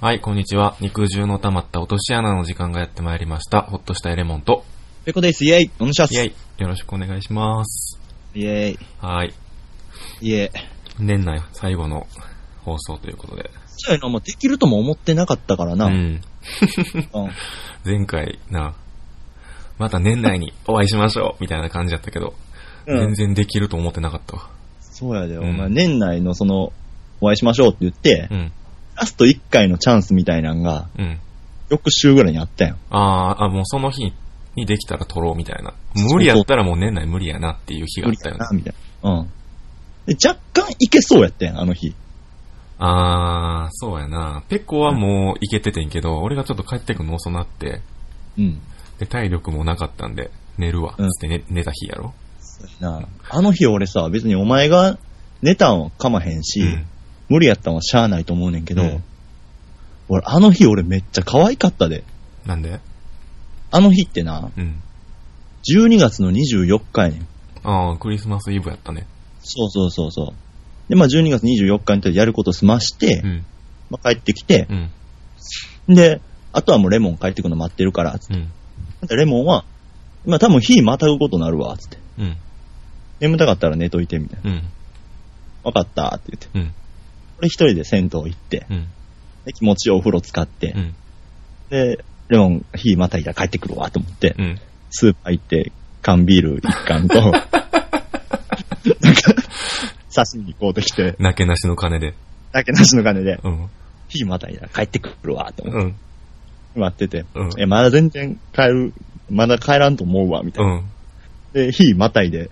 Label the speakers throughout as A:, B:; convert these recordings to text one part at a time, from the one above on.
A: はい、こんにちは。肉汁の溜まった落とし穴の時間がやってまいりました。ほっとしたエレモンと。
B: ペコです。イェイ。お願いします。
A: イェイ。よろしくお願いします。
B: イェイ。
A: はい。
B: イェイ。
A: 年内最後の放送ということで。
B: そうやな、もうできるとも思ってなかったからな。
A: う
B: うん。
A: ん。前回な、また年内にお会いしましょうみたいな感じだったけど、
B: う
A: 全
B: ん
A: 然できると思ってなかったわ。
B: そうやで、
A: うん
B: お前、年内のその、お会いしましょうって言って、
A: うん。
B: ラスト1回のチャンスみたいなんが、
A: うん。
B: 翌週ぐらいにあったやん。
A: あーあ、もうその日にできたら撮ろうみたいな。無理やったらもう年内無理やなっていう日があったよね
B: な。、みたいな。うん。で若干いけそうやったやん、あの日。
A: あー、そうやな。ペコはもういけててんけど、俺がちょっと帰ってくの遅なって、
B: うん。
A: で、体力もなかったんで、寝るわ。つ
B: うん
A: って寝,、寝た日やろ。
B: なああの日俺さ、別にお前が寝たんはかまへんし、
A: うん
B: 無理やったんはしゃあないと思うねんけど、
A: うん
B: 俺、あの日俺めっちゃ可愛かったで。
A: なんで
B: あの日ってな、
A: うん。
B: 12月の24日やねん。
A: あー、クリスマスイブやったね。
B: そうそうそうそう。で、まあ12月24日にやること済まして、
A: うん。
B: まあ帰ってきて
A: う、ん。
B: で、あとはもうレモン帰ってくの待ってるから、つって
A: うん。
B: でレモンは、まあ多分火またぐことになるわ、つって。
A: うん。
B: 眠たかったら寝といて、みたいな。
A: うん。
B: わかった、って言って。
A: うん。
B: 俺一人で銭湯行って、
A: うん。
B: で気持ちよいお風呂使って
A: う、ん。
B: で、レモン火またいだら帰ってくるわ、と思って、
A: うん。
B: スーパー行って、缶ビール一缶 と、なんか、刺身買うてきて、
A: なけなしの金で。
B: だけなしの金で、
A: うん。
B: 火またいだら帰ってくるわ、と思って
A: うん。
B: 待ってて、
A: うん
B: え、まだ全然帰る、まだ帰らんと思うわ、みた
A: う
B: いな。
A: ん。
B: で、日またいで、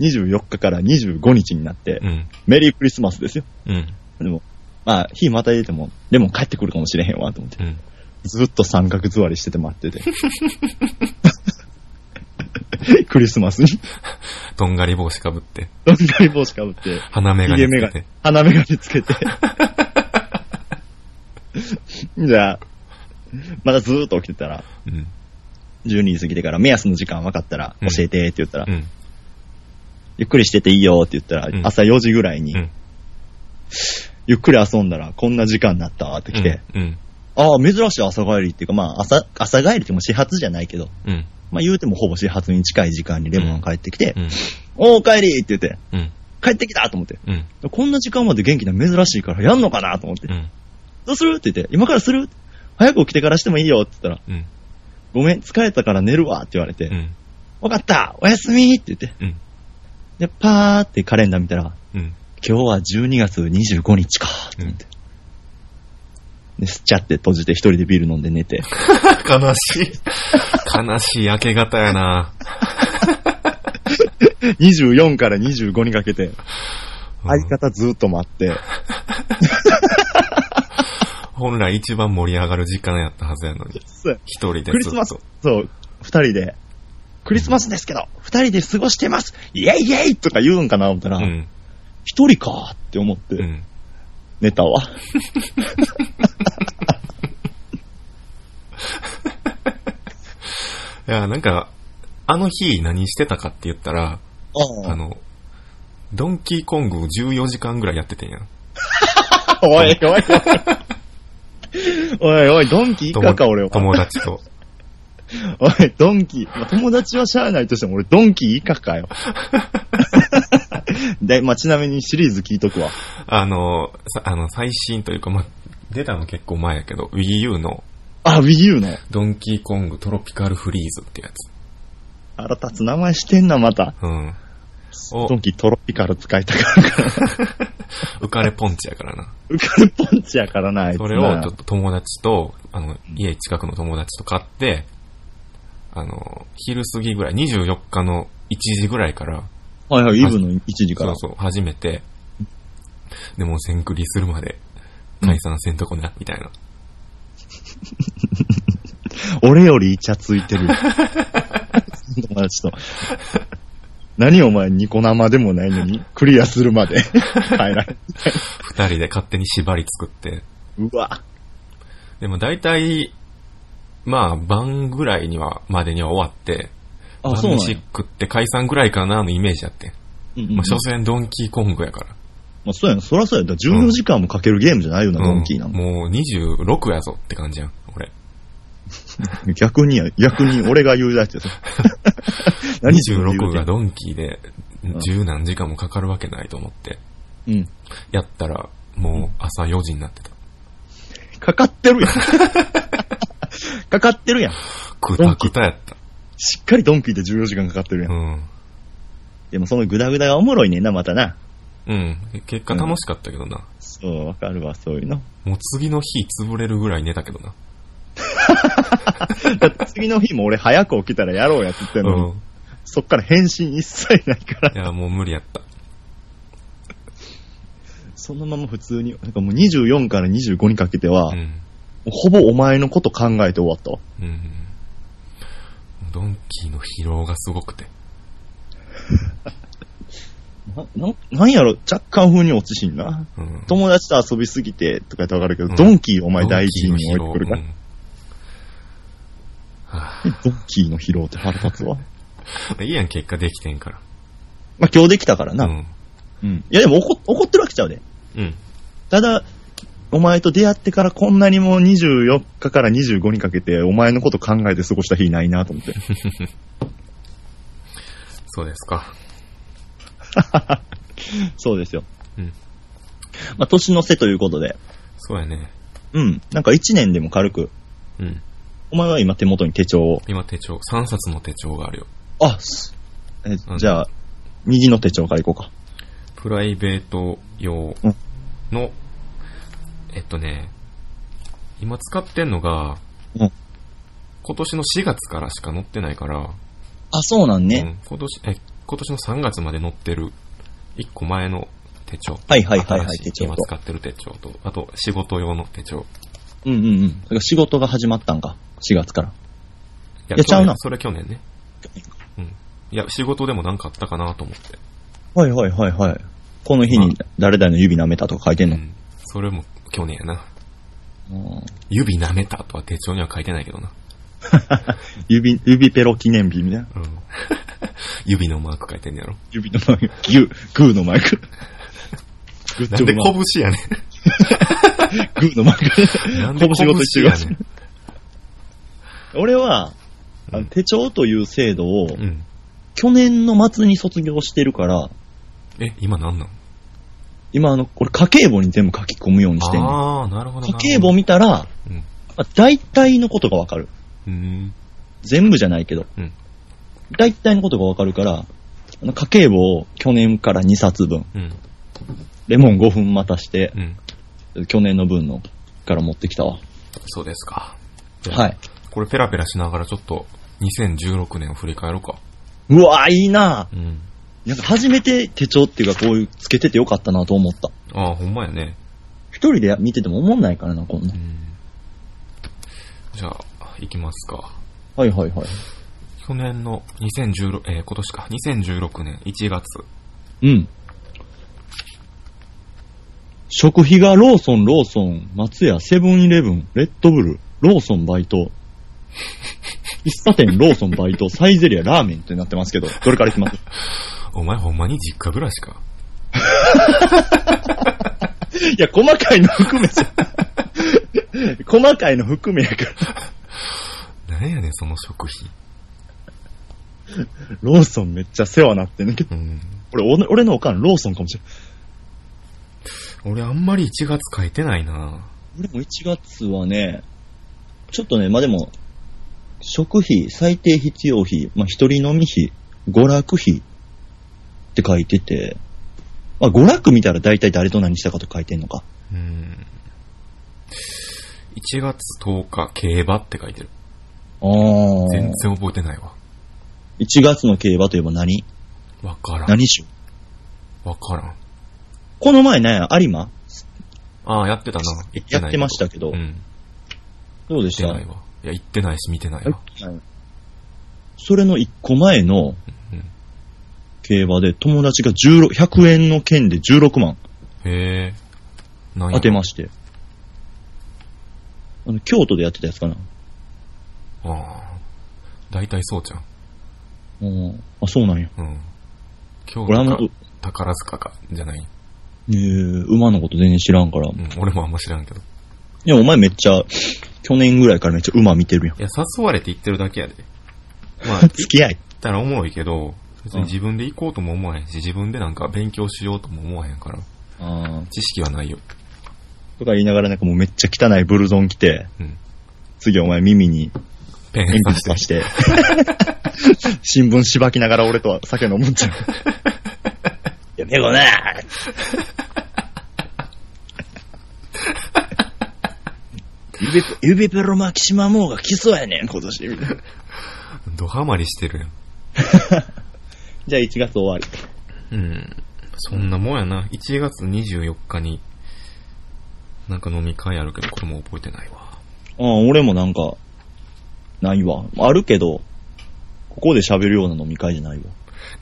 B: 24日から25日になって、
A: うん。
B: メリークリスマスですよ。
A: うん。
B: でも、まあ、日またいでても、でも帰ってくるかもしれへんわ、と思って。
A: うん。
B: ずっと三角座りしてて待 ってて。クリスマスに、
A: とんがり帽子かぶって、
B: どんがり帽子かぶって、
A: 鼻眼
B: 髭
A: 鏡
B: 眼
A: つけて
B: 鏡。、鼻眼鏡つけ て。じゃあ、まだずーっと起きてたら、
A: うん。
B: 12時過ぎてから目安の時間分かったら
A: うん
B: 教えてって言ったら、
A: うん。
B: ゆっくりしてていいよって言ったら、
A: うん
B: 朝4時ぐらいに、
A: うん
B: ゆっくり遊んだらこんな時間になったわって来て、。
A: うん。
B: ああ、珍しい朝帰りっていうか、まあ朝、朝帰りっても始発じゃないけど、
A: うん。
B: まあ言うてもほぼ始発に近い時間にレモンが帰ってきて、
A: うん。
B: おお帰りって言って、
A: うん。
B: 帰ってきたと思って、
A: うん。
B: こんな時間まで元気な珍しいからやんのかなと思って、
A: うん。
B: どうするって言って、今からする早く起きてからしてもいいよって言ったら、
A: うん。
B: ごめん、疲れたから寝るわって言われて、
A: うん。
B: わかったおやすみって言って。
A: うん
B: で、パーってカレンダー見たら、
A: うん。
B: 今日は12月25日かって思って。で、吸っちゃって閉じて一人でビール飲んで寝 て。
A: 悲しい。悲しい明け方やな。
B: 24から25にかけて、
A: うん
B: 相方ずっと待って、
A: 本来一番盛り上がる時間やったはずやのに。
B: そう
A: 一人でずっと。
B: クリスマス、そう、二人で、クリスマスですけど、二人で過ごしてますイェイイェイとか言うんかな思った
A: う
B: ら、
A: ん。
B: 一人かって思っ
A: う
B: て
A: ん。
B: 寝たわ。
A: いや、なんか、あの日何してたかって言ったら、あの、ドンキーコングを14時間ぐらいやっててんやん。
B: おい おいおい。おいおい、ドンキ以下か俺は。
A: 友達と。
B: おい、ドンキ、まあ友達はしゃあないとしても俺ドンキ以下 かよ。で、まあ、ちなみにシリーズ聞いとくわ。
A: あの、さあの、最新というか、ま、出たの結構前やけど、Wii U の
B: あ、Wii U の。
A: ドンキーコングトロピカルフリーズってやつ。
B: 腹立つ名前してんな、また。
A: うん。
B: ド
A: を
B: ン、キトロピカル使いたからか。
A: 浮かれポンチやからな。
B: 浮かるポンチやからな、あいつ
A: そ
B: な。
A: れをちょっと友達と、あの、家近くの友達と買って、あの、昼過ぎぐらい、24日の1時ぐらいから、
B: はいはい、イブの1時か
A: そ
B: ら
A: う。そう、初めて、でもう全クリするまで、解散せんとこな、みたいな。
B: 俺よりイチャつい てる。友達と。何お前、ニコ生でもないのに、クリアするまで帰らん。
A: 二人で勝手に縛り作って。
B: うわ。
A: でも大体、まあ、晩ぐらいには、までには終わって、
B: あ、
A: 晩
B: そうなん
A: 飯
B: や。
A: 食って解散ぐらいかな、のイメージやってん。
B: うんうんうん
A: まあ、所詮ドンキーコングやから。
B: まあ、そうやん。そらそうやん。だから14時間もかけるゲームじゃないよな、ドンキーなんか。
A: もう26やぞって感じやん、俺。
B: 逆にや、逆に俺が言うだけ さ。何自分で言
A: 26
B: うて
A: が
B: ん
A: ドンキーで
B: ん
A: 十何時間もかかるわけないと思って。
B: うん。
A: やったら、もう朝4時になってた。
B: かかってるやん。かかってるやん。
A: くたくたやった。
B: しっかりドンキーで14時間かかってるやん。
A: うん。
B: でもそのグダグダがおもろいねんな、またな。
A: うん。結果楽しかったけどな。
B: そう、わかるわ、そういうの。
A: もう次の日潰れるぐらい寝たけどな。
B: だって次の日も俺早く起きたらやろうやって言ってんのに、
A: うん。
B: そっから返信一切ないから、
A: いや、もう無理やった。
B: そのまま普通に、なんかもう24から25にかけては、
A: う。
B: もうんほぼお前のこと考えて終わったわ。
A: うん。ドンキーの疲労がすごくて。
B: な、ななんやろ、若干風に落ちしんな。
A: うん。
B: 友達と遊びすぎてとかやったらわかるけど、
A: うん
B: ドンキーお前
A: ド
B: 大
A: ンキ
B: 事
A: ーの
B: に
A: 疲
B: 置い
A: 労
B: てくるから、
A: は
B: ドンキーの疲労って腹立つ わ。
A: ぁいいやん、結果できてんから。
B: まあ今日できたからな。
A: う
B: うん。
A: ん。
B: いやでも怒怒ってるわけちゃうで。
A: うん。
B: ただ、お前と出会ってからこんなにも24日から25にかけて、お前のこと考えて過ごした日ないなと 思って。
A: そうですか。
B: そうですよ。
A: うん。
B: まあ年の瀬ということで、
A: そうやね。
B: うん。なんか1年でも軽く、
A: うん。
B: お前は今手元に手帳を。
A: 今手帳、3冊の手帳があるよ。
B: あ、すえ
A: うん
B: じゃあ、右の手帳からいこうか。
A: プライベート用の、えっとね、今使ってんのが、
B: うん
A: 今年の4月からしか載ってないから、
B: あ、そうなんね。
A: うん今年、え、今年の3月まで載ってる、1個前の手帳。
B: はいはいはいはい
A: 新し
B: 手帳と
A: 今使ってる手帳と、あと仕事用の手帳。
B: うんうんうん。それが仕事が始まったんか。4月から。
A: いや
B: いやちゃう
A: 去
B: な
A: 年それ去年ね
B: 年。
A: うん。いや、仕事でもなんかあったかなと思って。
B: はいはいはいはい。この日に誰々の指舐めたとか書いてん
A: う
B: の。
A: ん。それも去年やな。
B: うん
A: 指舐めたとは手帳には書いてないけどな。
B: 指、指ペロ記念日みたいな。
A: うん。 指のマーク書いてんねやろ。
B: 指のマイク、ギュー、グーのマイク。グッ
A: なんで
B: ジョブマン
A: 拳やね
B: グーのマイク。
A: ん。なんで
B: 拳ごと一緒
A: 拳やねん。
B: 俺は、あ
A: う
B: の
A: ん
B: 手帳という制度を、
A: うん。
B: 去年の末に卒業してるから、
A: え、今なんなん
B: 今あの、これ家計簿に全部書き込むようにしてんねん
A: ああ、なるほど。
B: 家計簿
A: み、
B: 見たら、
A: うん。
B: まあ大体のことがわかる。
A: うん。
B: 全部じゃないけど、
A: うん
B: 大体のことがわかるから、あの家計簿を去年から2冊分、
A: うん。
B: レモン5分待たして、
A: うん。
B: 去年の分のから持ってきたわ。
A: そうですか。
B: はい。
A: これペラペラしながらちょっと、2016年を振り返ろうか。
B: うわぁ、いいな
A: うん。
B: ぁ。なんか初めて手帳っていうかこういうつけててよかったなと思った。
A: ああ、ほんまやね。
B: 一人で見てても思んないからな、こんな
A: う。ん。じゃあ、行きますか。
B: はいはいはい。
A: 去年の2016、えー今年か、2016年1月。
B: うん。食費がローソン、ローソン、松屋、セブンイレブン、レッドブル、ローソンバイト。喫茶店、ローソンバイト、サイゼリア、ラーメンってなってますけど、どれからいきます
A: お前ほんまに実家暮らしか
B: いや、細かいの含めじゃ 細かいの含めやから。
A: 何やねん、その食費。
B: ローソンめっちゃ世話なってんねんけど、
A: うん。
B: 俺、俺俺のおかん、ローソンかもしれん。
A: 俺あんまり1月書いてないな
B: 俺も1月はね、ちょっとね、まあ、でも、食費、最低必要費、まあ、一人飲み費、娯楽費って書いてて、まあ、娯楽見たら大体誰と何したかと書いてんのか。
A: うん。1月10日、競馬って書いてる。
B: あー
A: 全然覚えてないわ。
B: 1月の競馬といえば何
A: わからん。
B: 何種
A: わからん。
B: この前ね、有馬
A: ああ、やってたな。行って
B: や
A: ない
B: ってましたけど、
A: うん。
B: どう
A: 行
B: で
A: っ
B: してた
A: ないわ。いや、行ってないし、見てないわ。
B: はいそれの1個前の
A: うん
B: 競馬で友達が16 100円の券で16万。
A: へえ。何や
B: 当てまして。あの、京都でやってたやつかな。
A: ああ。大体そうじゃん。
B: うん。あ、そうなんや。
A: うん。今
B: 俺あんま
A: 日か、宝塚か、じゃない。
B: えー、馬のこと全然知らんから。い
A: うん、俺もあんま知らんけど。
B: や、お前めっちゃ、去年ぐらいからめっちゃ馬見てるやん。
A: いや、誘われて行ってるだけやで。まあ、行っ
B: 付き合い。
A: たらおもろいけど、別に自分で行こうとも思わへんし、自分でなんか勉強しようとも思わへんから、
B: あ
A: 知識はないよ。
B: とか言いながらなんかもうめっちゃ汚いブルゾン着て、
A: うん。
B: 次お前耳に
A: ペン
B: 鉛
A: 刺
B: 筆
A: して
B: さ。して、 新聞しばきながら俺とは酒飲むんちゃう。やめごなゆべ、ゆべペロマキシマモーが来そうやねん、今年。みたいな
A: ドハマりしてるやん。
B: じゃあ1月終わり。
A: うん。そんなもんやな。1月24日に、なんか飲み会あるけど、これも覚えてないわ。
B: ああ、俺もなんか、ないわ。あるけど、ここで喋るような飲み会じゃないわ。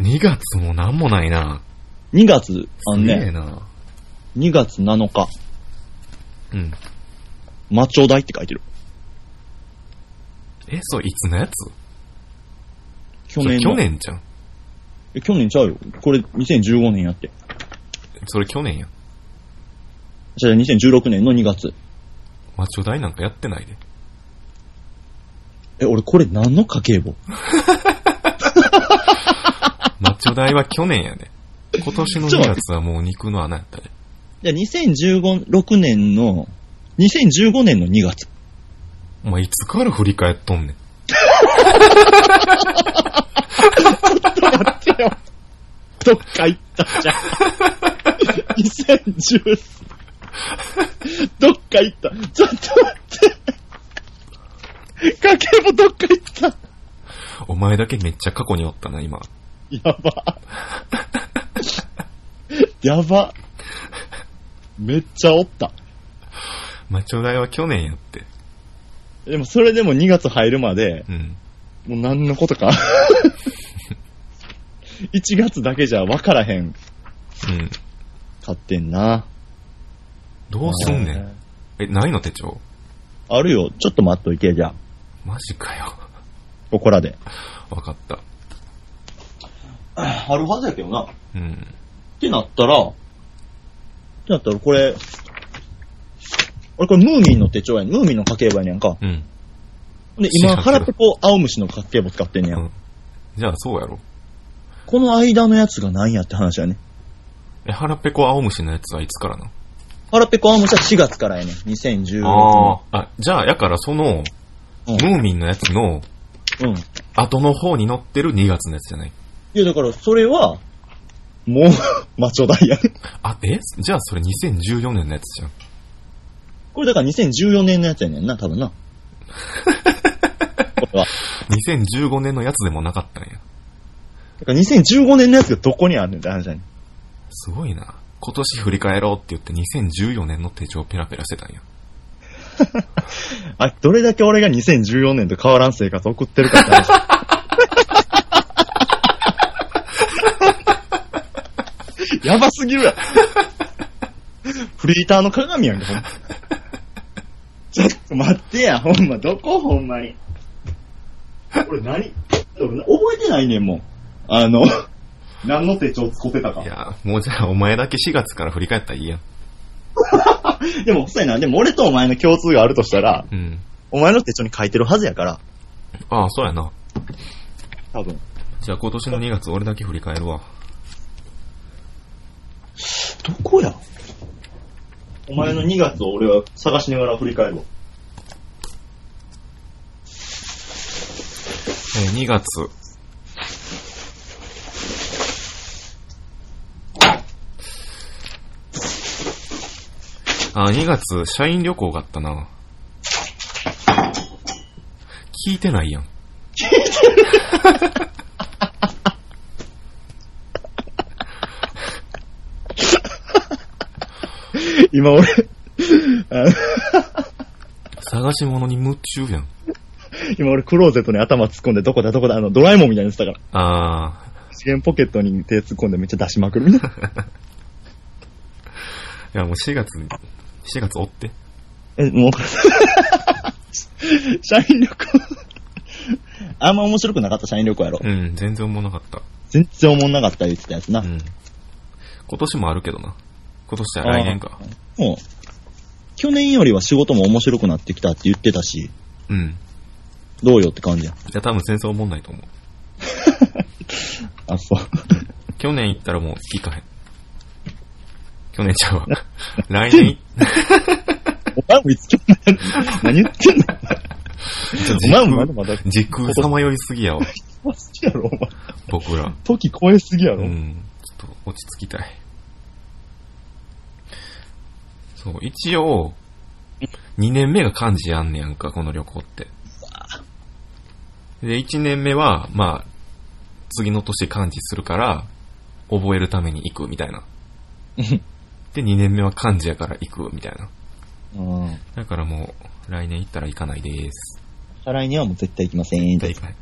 A: 2月もなんもないな。
B: 2月、あ
A: す
B: ん
A: げえ
B: ね、
A: な。
B: 2月7日、
A: うん。
B: マチョ大って書いてる。
A: え、それいつのやつ
B: 去年
A: そ
B: の
A: れ去年じゃん。
B: え、去年ちゃうよ。これ2015年やって。
A: それ去年やん。
B: じゃあ2016年の2月。
A: マチョ大なんかやってないで。
B: え、俺これ何の家計簿
A: マチョ大は去年やで。今年の2月はもう肉の穴やったで。
B: じゃあ2015、6年の、2015年の2月。
A: お前いつから振り返っとんねん。
B: 待ってよ。 どっか行った じゃん。2010、どっか行った。ちょっと待って。家計簿どっか行った。
A: お前だけめっちゃ過去におったな、今。
B: やば。やば。めっちゃおった。
A: マチョ大は去年やって。
B: でもそれでも2月入るまで、
A: うん。
B: もう何のことか。1月だけじゃ分からへん
A: うん。
B: 買ってんな。
A: どうすんねん。え、ないの手帳
B: あるよ。ちょっと待っといて、じゃあ。
A: マジかよ。
B: ここらで。
A: わかった。
B: あるはずやけどな。っ
A: うん。
B: てなったら、ってなったらこれ、俺これムーミンの手帳やねん。ムーミンの家計簿やねんか。
A: うん。
B: で、今、腹ペコ青虫の家計簿使ってんねや。
A: うんじゃあそうやろ。
B: この間のやつが何やって話やね。
A: え、腹ペコ青虫のやつはいつからな
B: 腹ペコ青虫は4月からやねん。2016年。
A: ああ。あ、じゃあ、やからその、
B: う
A: ム
B: ん
A: ーミンのやつの、
B: うん。
A: 後の方に載ってる2月のやつじゃない。
B: いや、だから、それは、もう、 マチョダイヤね。
A: あ、えじゃあそれ2014年のやつじゃん。
B: これだから2014年のやつやねんな、多分な。これは。
A: 2015年のやつでもなかったんや。
B: だから2015年のやつがどこにあんねんって話やねん。
A: すごいな。今年振り返ろうって言って2014年の手帳をペラペラしてたんや。
B: あ、どれだけ俺が2014年と変わらん生活送ってるかって 話。やばすぎるやろフリーターの鏡やんか、ほんま。ちょっと待ってや、ほんま、どこほんまに。俺何俺覚えてないねん、もう。あの、何の手帳使ってたか
A: い。や、もうじゃあお前だけ4月から振り返ったらいいやん。
B: でも、そうやな。でも俺とお前の共通があるとしたら、
A: うん。
B: お前の手帳に書いてるはずやから、
A: ああ、そうやな。
B: 多分。
A: じゃあ今年の2月俺だけ振り返るわ。
B: どこやお前の2月を俺は探しながら振り返るわ。
A: えー2月。あ、2月、社員旅行があったな。聞いてないやん。
B: 今俺、
A: 探し物に夢中やん。
B: 今俺クローゼットに頭突っ込んでどこだどこだ、あのドラえもんみたいにしてたから。
A: あ
B: 資源ポケットに手突っ込んでめっちゃ出しまくるみたい な。
A: ー。いや、もう4月に、4月おって。
B: え、もう、 社員旅行。あんま面白くなかった社員旅行やろ。
A: うん、全然思わなかった。
B: 全然おもんなかった言ってたやつな。
A: うん。今年もあるけどな。今年は来年か。
B: もう、去年よりは仕事も面白くなってきたって言ってたし、
A: うん。
B: どうよって感じやん。
A: じゃあ多分戦争おもんないと思う。
B: あ、そう。
A: 去年行ったらもう行かへん。去年ちゃう わ。来年、
B: お前もいつ去年、何言ってんの
A: ちょっと
B: お
A: 時
B: 前もまだ
A: 空、
B: まだ、
A: 時空さまよいすぎやわ、
B: 好きやろ、お前。
A: 僕ら。
B: 時超えすぎや
A: う
B: ろ。
A: ん。ちょっと落ち着きたい。そう、一応、2年目が漢字やんねやんか、この旅行って。で、1年目は、まあ、次の年漢字するから、覚えるために行くみたいな。で、2年目は漢字やから行くみたいな。
B: うん。
A: だからもう、来年行ったら行かないです。
B: 再来年はもう絶対行きません。
A: 絶対行かない。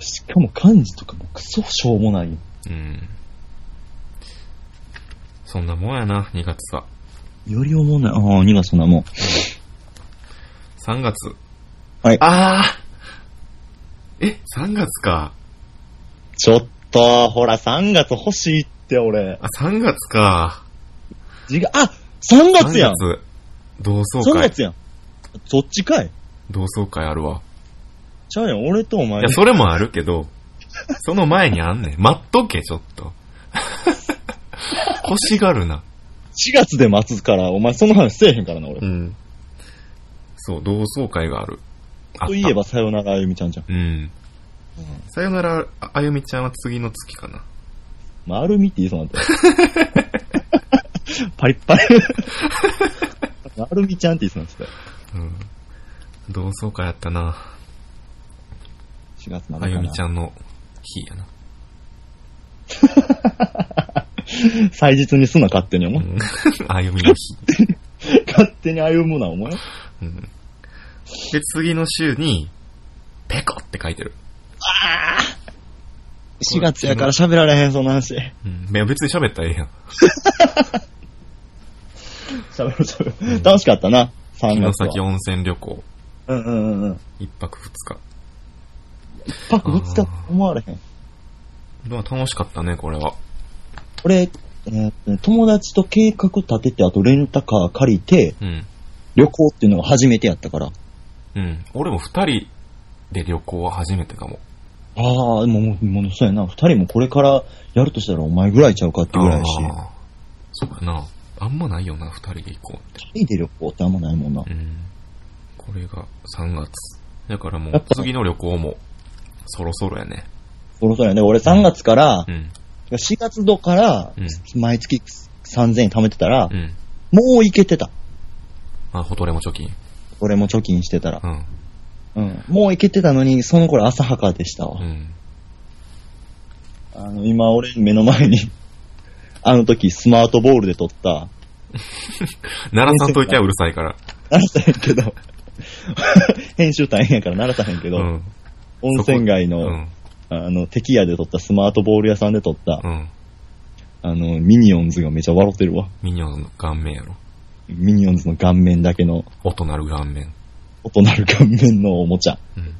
B: しかも漢字とかもクソしょうもないよ。
A: うん。そんなもんやな、2月は。
B: よりおもんない。ああ、2月そんなもん。
A: 3月。
B: はい
A: あーえ、3月か。
B: ちょっと、ほら、3月欲しいって、俺。
A: あ、3月か。
B: 違う、あ !3
A: 3
B: 月やん
A: 月同窓
B: !3
A: 会。
B: 月やんそっちかい
A: 同窓会あるわ。
B: ちゃうやん、俺とお前
A: いや、。それもあるけど、その前にあんね ん。待っとけ、ちょっと。 欲しがるな。
B: 4月で待つから、お前その話せえへんからな、俺。
A: うん。そう、同窓会がある。あった
B: といえばさよならあゆみちゃんじゃん。
A: うん。さよなら、ああゆみちゃんは次の月かな。
B: 丸みって言いそう になった。パリッ パリ。丸みちゃんって言いそうになってたよ。
A: うん。同窓会やったな。
B: 4月なの
A: あ
B: かな。
A: ゆみちゃんの日やな。
B: 祭日にすな、勝手にお
A: う
B: 前。
A: ん あゆみの日。
B: 勝手に歩むな、お前。
A: うん。で、次の週に、ペコって書いてる。
B: 4月やから喋られへん、そんな話。
A: うん。いや、別に喋ったらええやん。
B: 喋ろう喋ろう。楽しかったな、3
A: 城
B: 月
A: 崎
B: は。
A: 温泉旅行、
B: うんうんうんうん。
A: 一泊二日。
B: パク2日と思われへん。
A: まあ、楽しかったね、これは。
B: 俺、えーっとね友達と計画立てて、あとレンタカー借りて、
A: うん。
B: 旅行っていうのが初めてやったから。
A: うん。俺も二人で旅行は初めてかも。
B: ああ、でももう、もうそうやな。二人もこれからやるとしたらお前ぐらいちゃうかってぐらいやし。
A: あー。そうかな。あんまないよな、二人で行こうって。
B: 二人で旅行ってあんまないもんな。
A: うん。これが3月。だからも
B: やっ
A: う
B: ぱ、
A: 次の旅行も、そろそろやね。
B: そろそろやね。俺3月から
A: う、ん。
B: 4月度から
A: うん、
B: 毎月3000円貯めてたら
A: う、ん。
B: もういけてた。
A: あ、ほとれも貯金。
B: 俺も貯金してたら
A: う。ん。
B: うん。もういけてたのに、その頃浅はかでしたわ
A: う。ん。
B: あの、今俺目の前に、 あの時スマートボールで撮った、
A: 奈良さんといてはうるさいから。
B: 鳴らさへんけど、 編集大変やから鳴らさへんけど、
A: うん。
B: 温泉街
A: う
B: の、
A: ん。
B: あの、敵屋で撮ったスマートボール屋さんで撮った、
A: うん。
B: あの、ミニオンズがめちゃ笑ってるわ。
A: ミニオンの顔面やろ。
B: ミニオンズの顔面だけの、
A: 音なる顔面。
B: 音なる顔面のおもちゃ。
A: うん。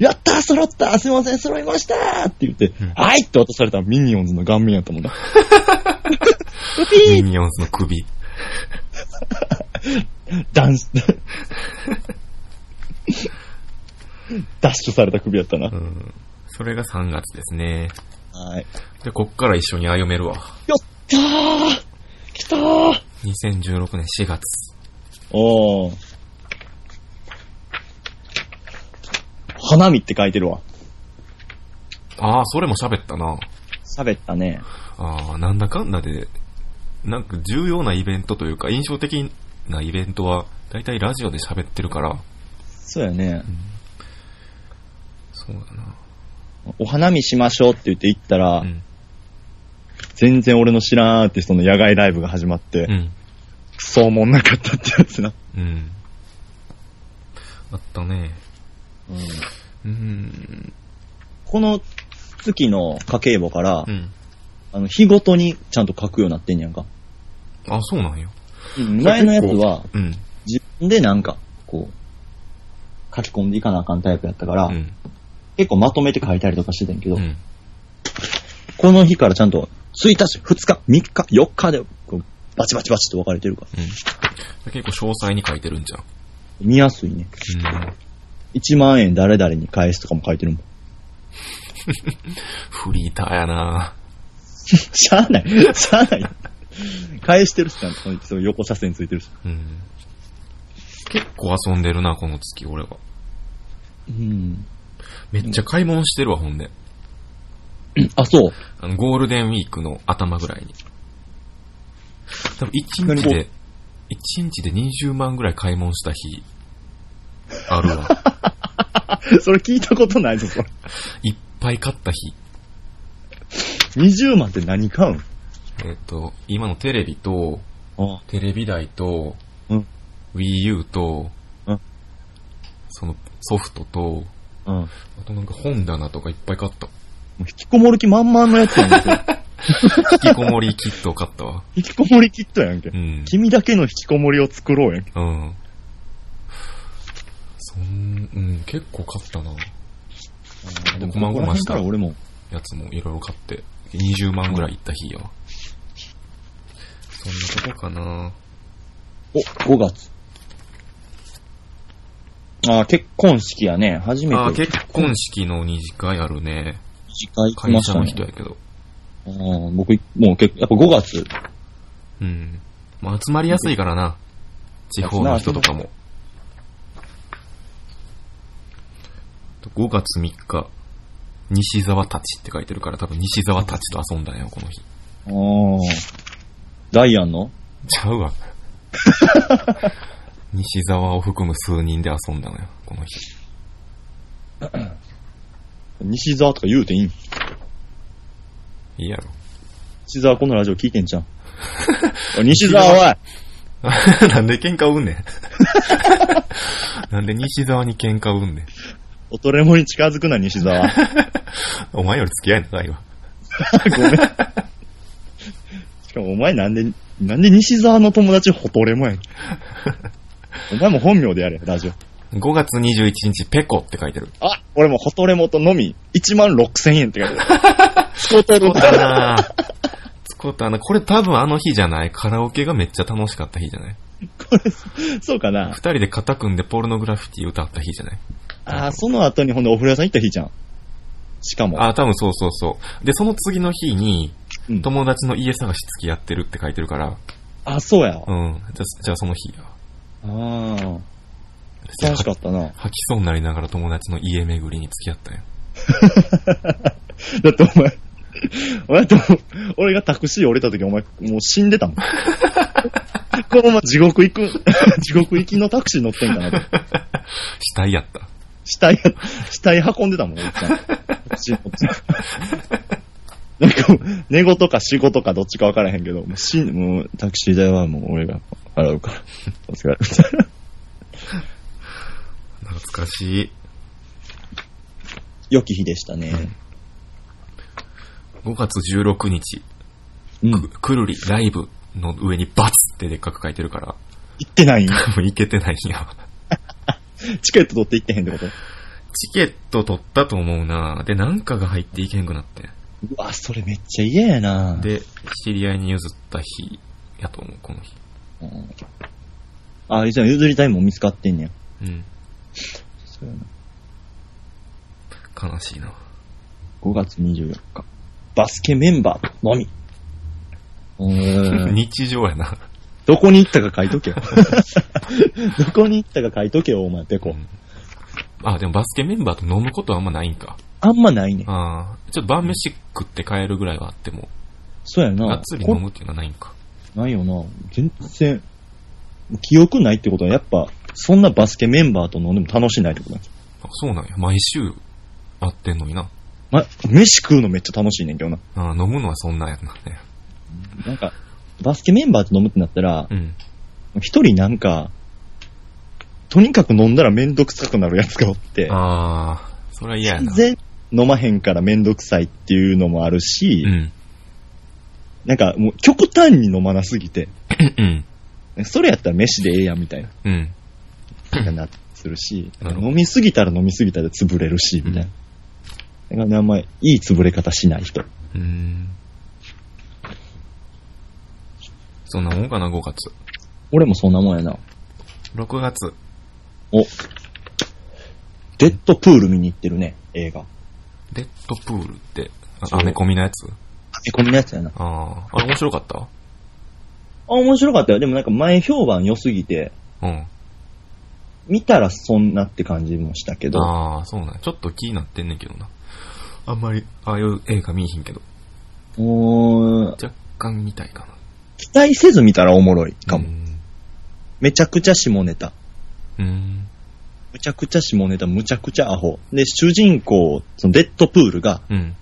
B: やったー揃ったーすいません揃いましたーって言って、
A: うん
B: はいって渡されたらミニオンズの顔面やったも んな。
A: ミニオンズの首。
B: ダンス、ダッシュされた首やった
A: う
B: な。
A: ん。それが3月ですね。
B: はい。
A: で、こっから一緒に歩めるわ。
B: やったー来たー
A: 2016年4月。
B: おー。花見って書いてるわ。
A: ああ、それも喋ったな。
B: 喋ったね。
A: ああ、なんだかんだで、なんか重要なイベントというか、印象的なイベントは、だいたいラジオで喋ってるから。
B: そうやね。
A: そうだな。
B: お花見しましょうって言って行ったら、
A: うん。
B: 全然俺の知らんアーティストの野外ライブが始まって、
A: うん。
B: クソおもんなかったってやつな。
A: うん。あったね。うん。
B: この月の家計簿から、
A: うん。
B: あの、日ごとにちゃんと書くようになってんやんか。
A: あ、そうなんよ。
B: 前のやつは、
A: うん。
B: 自分でなんか、こう、書き込んでいかなあかんタイプやったから、
A: うん。
B: 結構まとめて書いたりとかしてたんやけど、
A: うん。
B: この日からちゃんと1日、2日、3日、4日で、こうバチバチバチと分かれてるから。
A: うん。結構詳細に書いてるんじゃん。
B: 見やすいね。
A: うん。
B: 1万円誰々に返すとかも書いてるもん。
A: フリーターやな
B: しゃあない。しゃあない。返してるしな、そのその横車線ついてるし。
A: うん。結構遊んでるな、この月、俺は。
B: うん。
A: めっちゃ買い物してるわ、ほんで。
B: あ、そう。
A: あの、ゴールデンウィークの頭ぐらいに。多分1日
B: 何
A: で、1日で20万ぐらい買い物した日、ある わ。
B: それ聞いたことないぞ、それ。
A: いっぱい買った日。
B: 20万って何買うん
A: えっ、と、今のテレビと、
B: あ
A: テレビ台と、
B: うん
A: Wii U と、
B: うん
A: そのソフトと、
B: あ。うん。も
A: あとなんか本棚とかいっぱい買った。
B: う引きこもる気満々のやつやんけ。
A: 引きこもりキットを買った わ。
B: 引きこもりキットやんけ
A: う。ん。
B: 君だけの引きこもりを作ろうやんけ。
A: うん。そん、うん、結構買ったな。ーでも細々した
B: ここら辺から俺も。
A: やつもいろいろ買って。20万ぐらいいった日やわ。そんなとこかな
B: お、5月。ああ、結婚式やね。初めて。
A: あー、結婚式の二次会あるね。
B: 次回行き
A: 会
B: まし
A: 社
B: た
A: の
B: ね
A: 人。やけど。
B: あー僕、もう結やっぱ5月、
A: うん。まあ集まりやすいからな。地方の人とかも。5月3日、西沢たちって書いてるから、多分西沢たちと遊んだんや、この日。
B: ああ。ダイアンの
A: ちゃう わ。西沢を含む数人で遊んだのよ、この日。
B: 西沢とか言うていいん
A: いいやろ。
B: 西沢このラジオ聞いてんじゃん。 おい西沢おい
A: なんで喧嘩売んねん。 なんで西沢に喧嘩売んねん。
B: おとれもに近づくな、西沢。
A: お前より付き合い長いわ。
B: ご めん。しかもお前なんで、なんで西沢の友達ほとれもやん。お前も本名でやれ、ラジオ。
A: 5月21日、ペコって書い てる。
B: あ、俺もほとれもとのみ、1万6千円って書いてある。 スコトル
A: だなぁ。つこたな。これ多分あの日じゃないカラオケがめっちゃ楽しかった日じゃない
B: そうかな
A: 二。人で肩組んでポルノグラフィティ歌った日じゃない
B: あー、その後にほんでお風呂屋さん行った日じゃん。しかも。
A: あ、多分そうそうそう。で、その次の日に、
B: うん
A: 友達の家探し付き合ってるって書いてるから、
B: あ、そうや。あ
A: うん。じゃ、じゃあその日や。
B: あ。楽しかったな。
A: 吐きそうになりながら友達の家巡りに付き合ったよ。
B: だってお前、お前と、俺がタクシー降りた時お前もう死んで たもん。このまま地獄行く、 地獄行きのタクシー乗ってんかなと。
A: 死体やった。
B: 死体、死体運んでたもん、おっちゃん。こっち、こっち。なんかもう、寝言か死語とかどっちか分からへんけど、もう死ん、もう、タクシー代はもう俺が払うから。お疲れ。
A: 懐かしい。
B: 良き日でしたね。
A: 5月16日、
B: うん。
A: く
B: 行
A: くるりライブの上にバツってでっかく書いてるから、
B: ってない
A: 多分いけてないんや。
B: チケット取って行ってへんってこと
A: チケット取ったと思うなで、なんかが入っていけんくなって。
B: うわ、それめっちゃ嫌やな
A: で、知り合いに譲った日やと思う、この日。
B: うんあ、じゃあ譲りたいもん見つかってんねや。
A: うん。
B: そうやな。
A: 悲しいな。
B: 5月24日。バスケメンバーのみ。うーん
A: 日常やな。
B: どこに行ったか書いと けよ。どこに行ったか書いとけよ、お前、ペ
A: う
B: コ。
A: んあ、でもバスケメンバーと飲むことはあんまないんか。
B: あんまないね。
A: ああ。ちょっと晩飯食って帰るぐらいはあっても、
B: そうやな。
A: がっつり飲むっていうのはないんか。
B: こないよな。全然。記憶ないってことは、やっぱ、そんなバスケメンバーと飲んでも楽しないってことなんですよ
A: あそうなんや。毎週会ってんのにな。
B: ま、飯食うのめっちゃ楽しいねんけどな。
A: ああ、飲むのはそんなんやな。
B: なんか、バスケメンバーと飲むってなったら
A: う、ん。
B: 一人なんか、とにかく飲んだらめんどくさくなるやつがおって、
A: ああ、それは嫌や
B: 全
A: な。
B: 然飲まへんからめんどくさいっていうのもあるし、
A: うん。
B: なんかもう極端に飲まなすぎて、
A: うん。
B: それやったら飯でええやんみたいな、
A: うん。
B: なんかなってするし、
A: なるほど
B: 飲みすぎたら飲みすぎたで潰れるし、みたいな。だからねあんまいい潰れ方しない人。
A: うーん。そんなもんかな、5月。
B: 俺もそんなもんやな。
A: 6月。
B: お。デッドプール見に行ってるね、映画。
A: デッドプールって、
B: そ
A: あ
B: う
A: アメコミのやつ
B: え、こんなやつやな。あ、
A: ああ。あれ面白かった
B: 面白かったよ。でもなんか前評判良すぎて、
A: うん。
B: 見たらそんなって感じもしたけど。
A: ああ、そうなんやちょっと気になってんねんけどな。あんまり、ああいう映画見えひんけど。
B: もう、
A: 若干見たいかな。
B: 期待せず見たらおもろいかも。
A: うん。
B: めちゃくちゃ下ネタ。
A: うん。
B: むちゃくちゃ下ネタ、むちゃくちゃアホ。で、主人公、そのデッドプールが、
A: うん。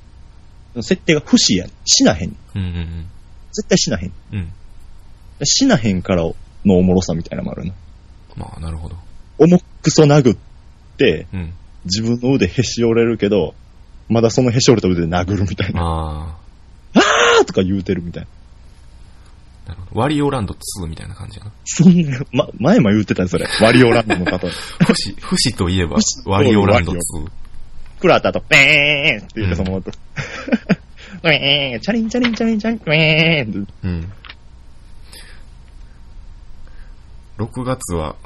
B: 設定が不死や。死なへん。
A: うん。うん
B: 絶対死なへん。
A: うん。うん。
B: 死なへんからのおもろさみたいなのもあるな。
A: まあ、なるほど。
B: 重くそ殴って、
A: うん。
B: 自分の腕へし折れるけど、まだそのへし折れた腕で殴るみたいな。
A: あ
B: あーとか言うてるみたいな。
A: あ。なるほど。ワリオランド2みたいな感じやな。
B: そんな、ま、前も言うてたね、それ。ワリオランドの例え。
A: 不死、不死といえば
B: 不死、
A: ワリオランド2
B: ワ。クラータと、ペーンって言ってその音。 ペーン、チャリンチャリンチャリンチャリン、ペーンって。
A: うん。6月は、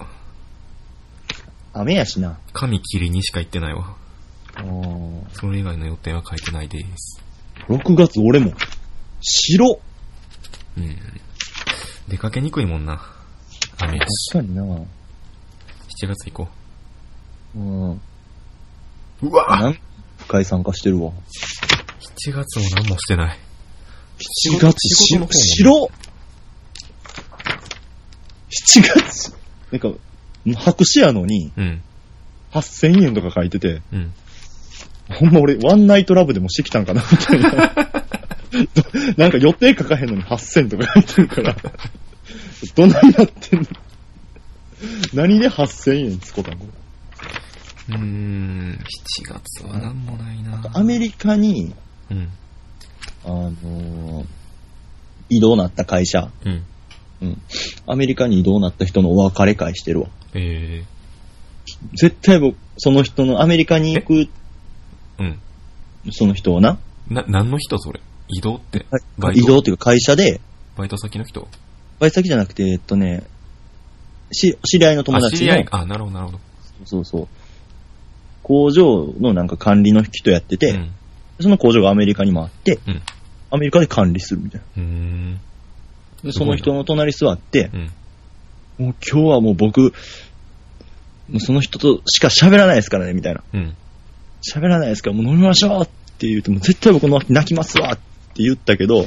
B: 雨やしな。
A: 髪切りにしか行ってないわ。
B: あー
A: それ以外の予定は書いてないです。
B: 6月俺も、白
A: うん。出かけにくいもんな。雨やし。
B: 確かにな
A: 7月行こ
B: うん。
A: う。うわ
B: 何回参加してるわ。
A: !7 月も何もしてない。
B: 7月、
A: 仕事の方もね
B: 白白 !7 月なんか、白紙やのに、
A: うん。
B: 8000円とか書いてて、
A: うん。
B: ほんま俺、ワンナイトラブでもしてきたんかなみたいな。 なんか予定書かへんのに8000とか書いてるから、どないなってんの何で8000円つこたんこれ
A: うーん。7月は何もないな。
B: アメリカに、
A: うん。
B: あのー異動なった会社、
A: うん。
B: アメリカに異動なった人のお別れ会してるわ。
A: え
B: 絶対僕、その人のアメリカに行く、
A: ー。うん。
B: その人をな、
A: な、何の人それ移動って。バイト
B: 移動っていうか会社で、
A: バイト先の人
B: バイト先じゃなくて、えっとね、し、知り合いの友
A: あ、知
B: 達
A: り
B: の
A: 合い。、あ、なるほど、なるほど。
B: そうそう、工場のなんか管理の人やってて、
A: うん。
B: その工場がアメリカにもあって、
A: うん
B: アメリカで管理するみたいな。
A: うーん。
B: ですそ
A: ごいな
B: の人の隣座って
A: う、ん。
B: もう今日はもう僕、もうその人としか喋らないですからね、みたいな。
A: うん。
B: 喋らないですから、もう飲みましょうって言うて、もう絶対僕の泣きますわって言ったけど、
A: うん。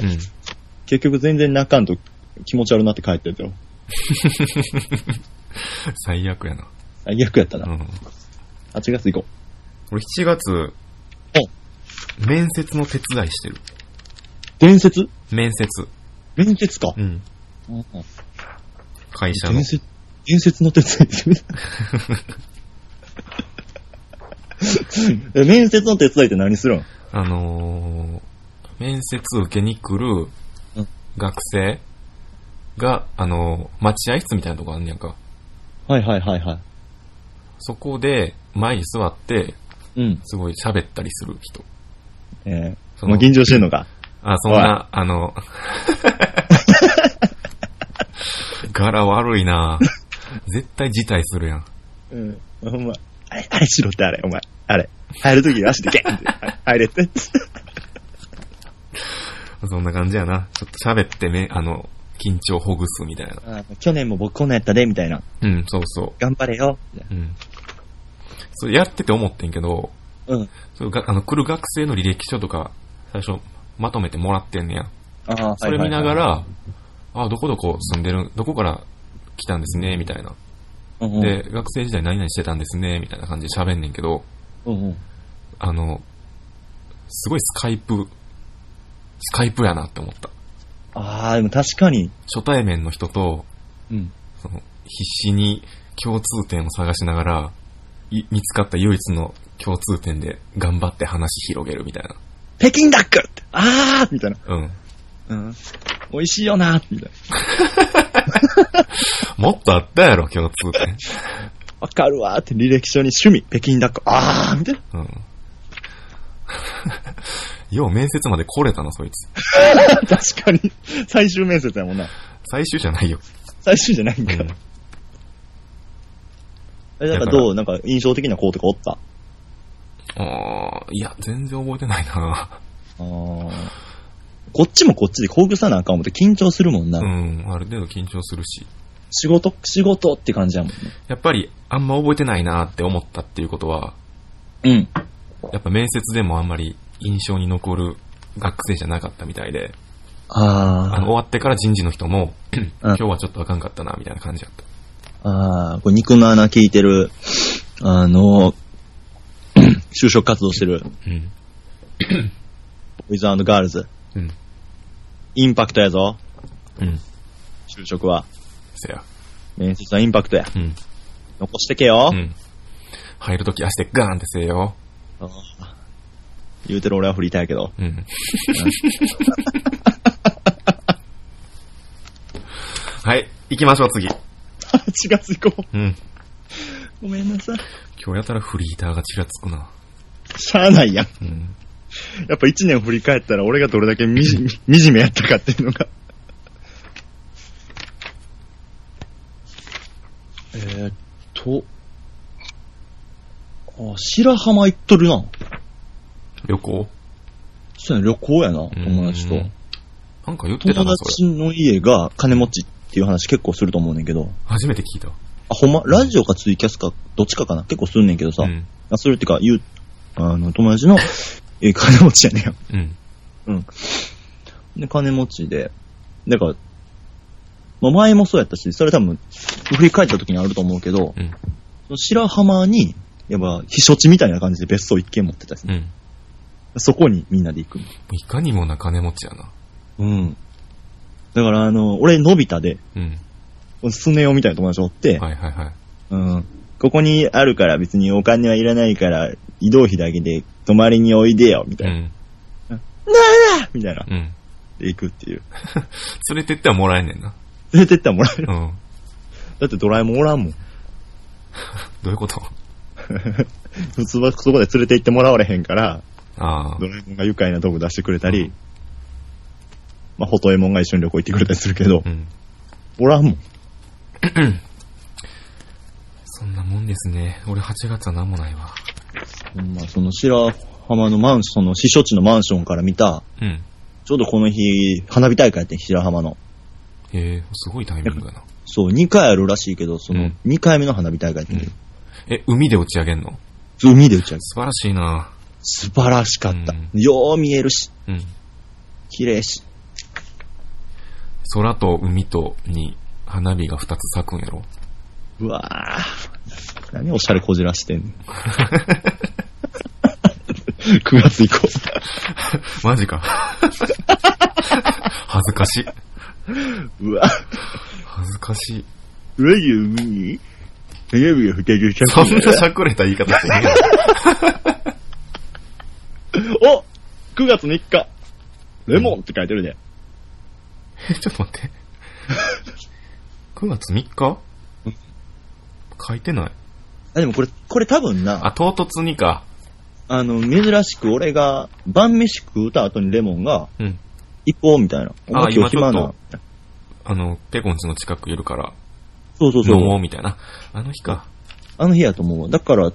B: 結局全然泣かんと気持ち悪なって帰ってたよ。
A: 最悪やな。
B: あ逆やった
A: う
B: な。
A: ん。
B: 8月行こ
A: 俺7月、面接の手伝いしてる。
B: う。伝説
A: 面接。
B: 面接か。
A: うん。会社の
B: 伝。説、伝説の手伝いえ面接の手伝いって何するん
A: あのー、面接受けに来る
B: うん
A: 学生が、あのー、待合室みたいなとこあんねやんか。
B: はいはいはいは
A: そこで、前に座って、
B: い。うん。
A: すごい喋ったりする人。
B: えー、
A: そ
B: も
A: の
B: う緊張してんのか。
A: あ、そんな、あ の、柄悪いな絶対辞退するやん。
B: うん。ほんま。あれ、あれしろってあれ、お前。あれ。入るとき足でゲン って。はい入れて。
A: そんな感じやな。ちょっと喋ってめ、あの、緊張ほぐすみたいな。
B: あ去年も僕こんなんやったで、みたいな。
A: うん、そうそ
B: 頑張れよ。
A: う。うん。それやってて思ってんけど、
B: うん。
A: それがあの来る学生の履歴書とか、最初、まとめてもらってんねや。
B: ああ、
A: それ見なが、ら、あ、どこどこ住んでる、どこから来たんですね、みたいな。
B: うんうん、
A: で、学生時代何々してたんですね、みたいな感じで喋んねんけど、
B: うんうん。
A: あの、すごいスカイプ、スカイプやなって思った。
B: ああ、でも確かに。
A: 初対面の人と、
B: うん。
A: その必死に共通点を探しながら、い見つかった唯一の共通点で頑張って話広げるみたいな。
B: 北京ダックってああみたいな。
A: うん。
B: うん。美味しいよなみたいな。
A: もっとあったやろ、共通点。
B: わかるわーって履歴書に趣味、北京ダック。ああみたいな。
A: う ん。 よう面接まで来れたな、そいつ。
B: 確かに。最終面接やもんな。
A: 最終じゃないよ。
B: 最終じゃないん
A: う
B: か。
A: ん。
B: え、なんかどうなんか印象的な子とかおった
A: あーいや、全然覚えてないな
B: あーこっちもこっちで興行さなあかん思って緊張するもんな。
A: うん、ある程度緊張するし。
B: 仕事、仕事って感じやもんね。
A: やっぱり、あんま覚えてないなって思ったっていうことは、
B: うん。
A: やっぱ面接でもあんまり印象に残る学生じゃなかったみたいで、あの、
B: あ
A: 終わってから人事の人 も、
B: うん
A: 今日はちょっとあかんかったな、みたいな感じだった。
B: あ、ああ、これ肉の穴聞いてる、あの、 就職活動してる、
A: うん。
B: ウィズガールズ。
A: うん。
B: インパクトやぞ、
A: うん。
B: 就職は。
A: せや。
B: 面接はインパクトや。
A: うん。
B: 残してけよ
A: う。ん。入るとき足でガーンってせえよ。
B: ああ言うてる俺はフリーターやけ ど。
A: うん。 はい、行きましょう、次。
B: 8月行こ
A: うん。
B: う。ごめんなさい。
A: 今日やたらフリーターがちらつくな。
B: しゃあないやん。
A: うん。
B: やっぱ1年振り返ったら俺がどれだけみじ惨めやったかっていうのが。 えーっと。あ、白浜行っとるな。
A: 旅行
B: そうや、旅行やな、友達と
A: う。んなんか言ってた
B: 友
A: な、それ。
B: 達の家が金持ちっていう話結構すると思うねんけど。
A: 初めて聞いた。
B: あ、ほんま、ラジオかツイキャスか、どっちかかな結構すんねんけどさ。
A: うん。
B: あ、それってか、言う、あの、友 達の、えー金持ちやねんや。
A: うん。
B: で、金持ちで、だから、まあ、前もそうやったし、それ多分、振り返った時にあると思うけど、
A: うん。
B: その白浜に、やっぱ、避暑地みたいな感じで別荘一軒持ってたし、
A: うん。
B: そこにみんなで行く。
A: いかにもな金持ちやな。
B: うん。だから、あの、俺、のび太で、
A: うん。
B: スネ夫みたいな友達おって、
A: はいはいはい。
B: うん。ここにあるから別にお金はいらないから、移動費だけで泊まりにおいでよ、み
A: う
B: たいな。
A: ん。
B: みたいな。
A: うん。
B: で行くっていう。
A: 連れてってはもらえんねんな。
B: 連れてったらもらえる。
A: うん。
B: だってドラえもんおらんもん。
A: どういうこと
B: 普通はそこで連れて行ってもらわれへんから、
A: ああ
B: ド。ラえもんが愉快な道具出してくれたり、まあ、ホトエモンが一緒に旅行行ってくれたりするけど
A: う、ん。
B: おらんもん。
A: そんなもんですね。俺8月は何もないわ。
B: まあ、その白浜のマンション、その避暑地のマンションから見た、
A: うん。
B: ちょうどこの日、花火大会やってん白浜の。
A: ええ、すごいタイミングやな。
B: そう、2回あるらしいけど、そうの
A: ん
B: 2回目の花火大会やってんけど
A: え、海で打ち上げんの
B: 海で打ち上げ。
A: 素晴らしいな
B: 素晴らしかった。
A: うん
B: よう見えるし、
A: うん。
B: 綺麗し。
A: 空と海とに花火が2つ咲くんやろ
B: うわぁ。何おしゃれこじらしてんの ?9 月以降。
A: マ ジか。恥ずかしい。
B: うわ
A: 恥ずかしい。
B: 上に海に指が吹けるち
A: そんなしゃくれた言い方してね
B: お !9 月3日レモンって書いてるで。
A: えちょっと待って。9月3日書いてない。
B: あ、でもこれ、これ多分な、
A: あ、唐突にか。
B: あの、珍しく俺が晩飯食うた後にレモンが、
A: うん。
B: 行こうみたいな。お前今日暇
A: 今
B: な。
A: あの、ペコンチの近くいるから、
B: そうそうそ
A: 飲もう
B: う。
A: みたいな。あの日か。
B: あの日やと思うわ。だから、
A: 書い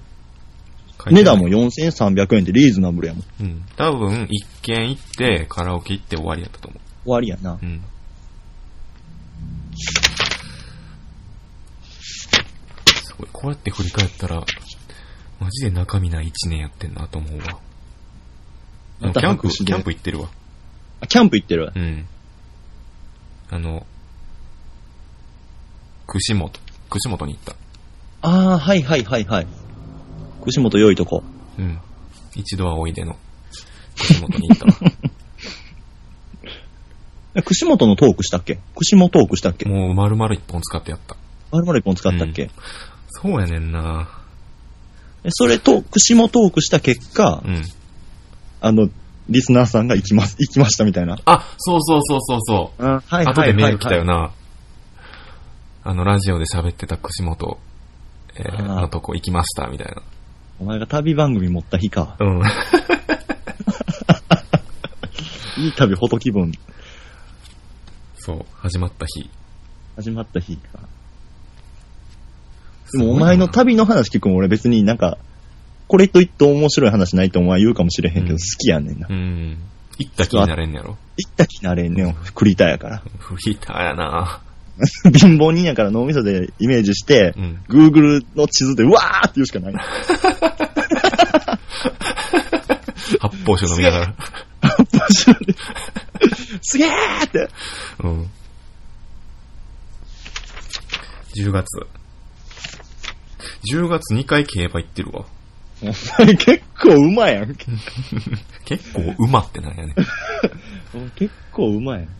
B: 値
A: てない
B: 段も4300円でリーズナブルやもん。
A: うん。多分、一軒行って、カラオケ行って終わりやったと思
B: 終わりやな
A: う。。うん。すごい。こうやって振り返ったら、マジで中身ない一年やってんなと思うわ。あの
B: また
A: キャンプ、
B: 白
A: キ
B: 紙で
A: ャンプ行ってるわ。
B: あ、キャンプ行ってる。
A: うん。あの、串本。串本に行った。
B: ああ、はいはいはいはい。串本良いとこ。
A: うん。一度はおいでの。串本に行ったわ。
B: え串本のトークしたっけ串本トークした っけ
A: もう丸々一本使ってやった。
B: 丸々一本使ったっけ、
A: うそうやねんな
B: えそれと、串もトークした結果、
A: うん。
B: あの、リスナーさんが行きます、行きましたみたいな。
A: あ、そうそうそうそうそう。
B: あ、は
A: 後でメール来たよ。な。あの、ラジオで喋ってた串本、えー、
B: あー
A: のとこ行きました、みたいな。
B: お前が旅番組持った日か。
A: うん。
B: いい旅、ほと気分。
A: そう、始まった日。
B: 始まった日か。でもお前の旅の話聞くも俺別になんか、これと言って面白い話ないとお前言うかもしれへんけど、
A: うん
B: 好きやねんな。
A: うん。行った気になれんねやろ。
B: 行った気なれんねん、栗田やから。
A: フリーターやな
B: 貧乏人やから脳みそでイメージして、
A: うん。
B: Google の地図でうわーって言うしかない。
A: 発泡酒飲みながら。
B: すげーって。
A: うん。10月。10月2回競馬行ってるわ。
B: お前結構馬やんけ。
A: 結構馬ってなんや ね。
B: 結構馬やんけ。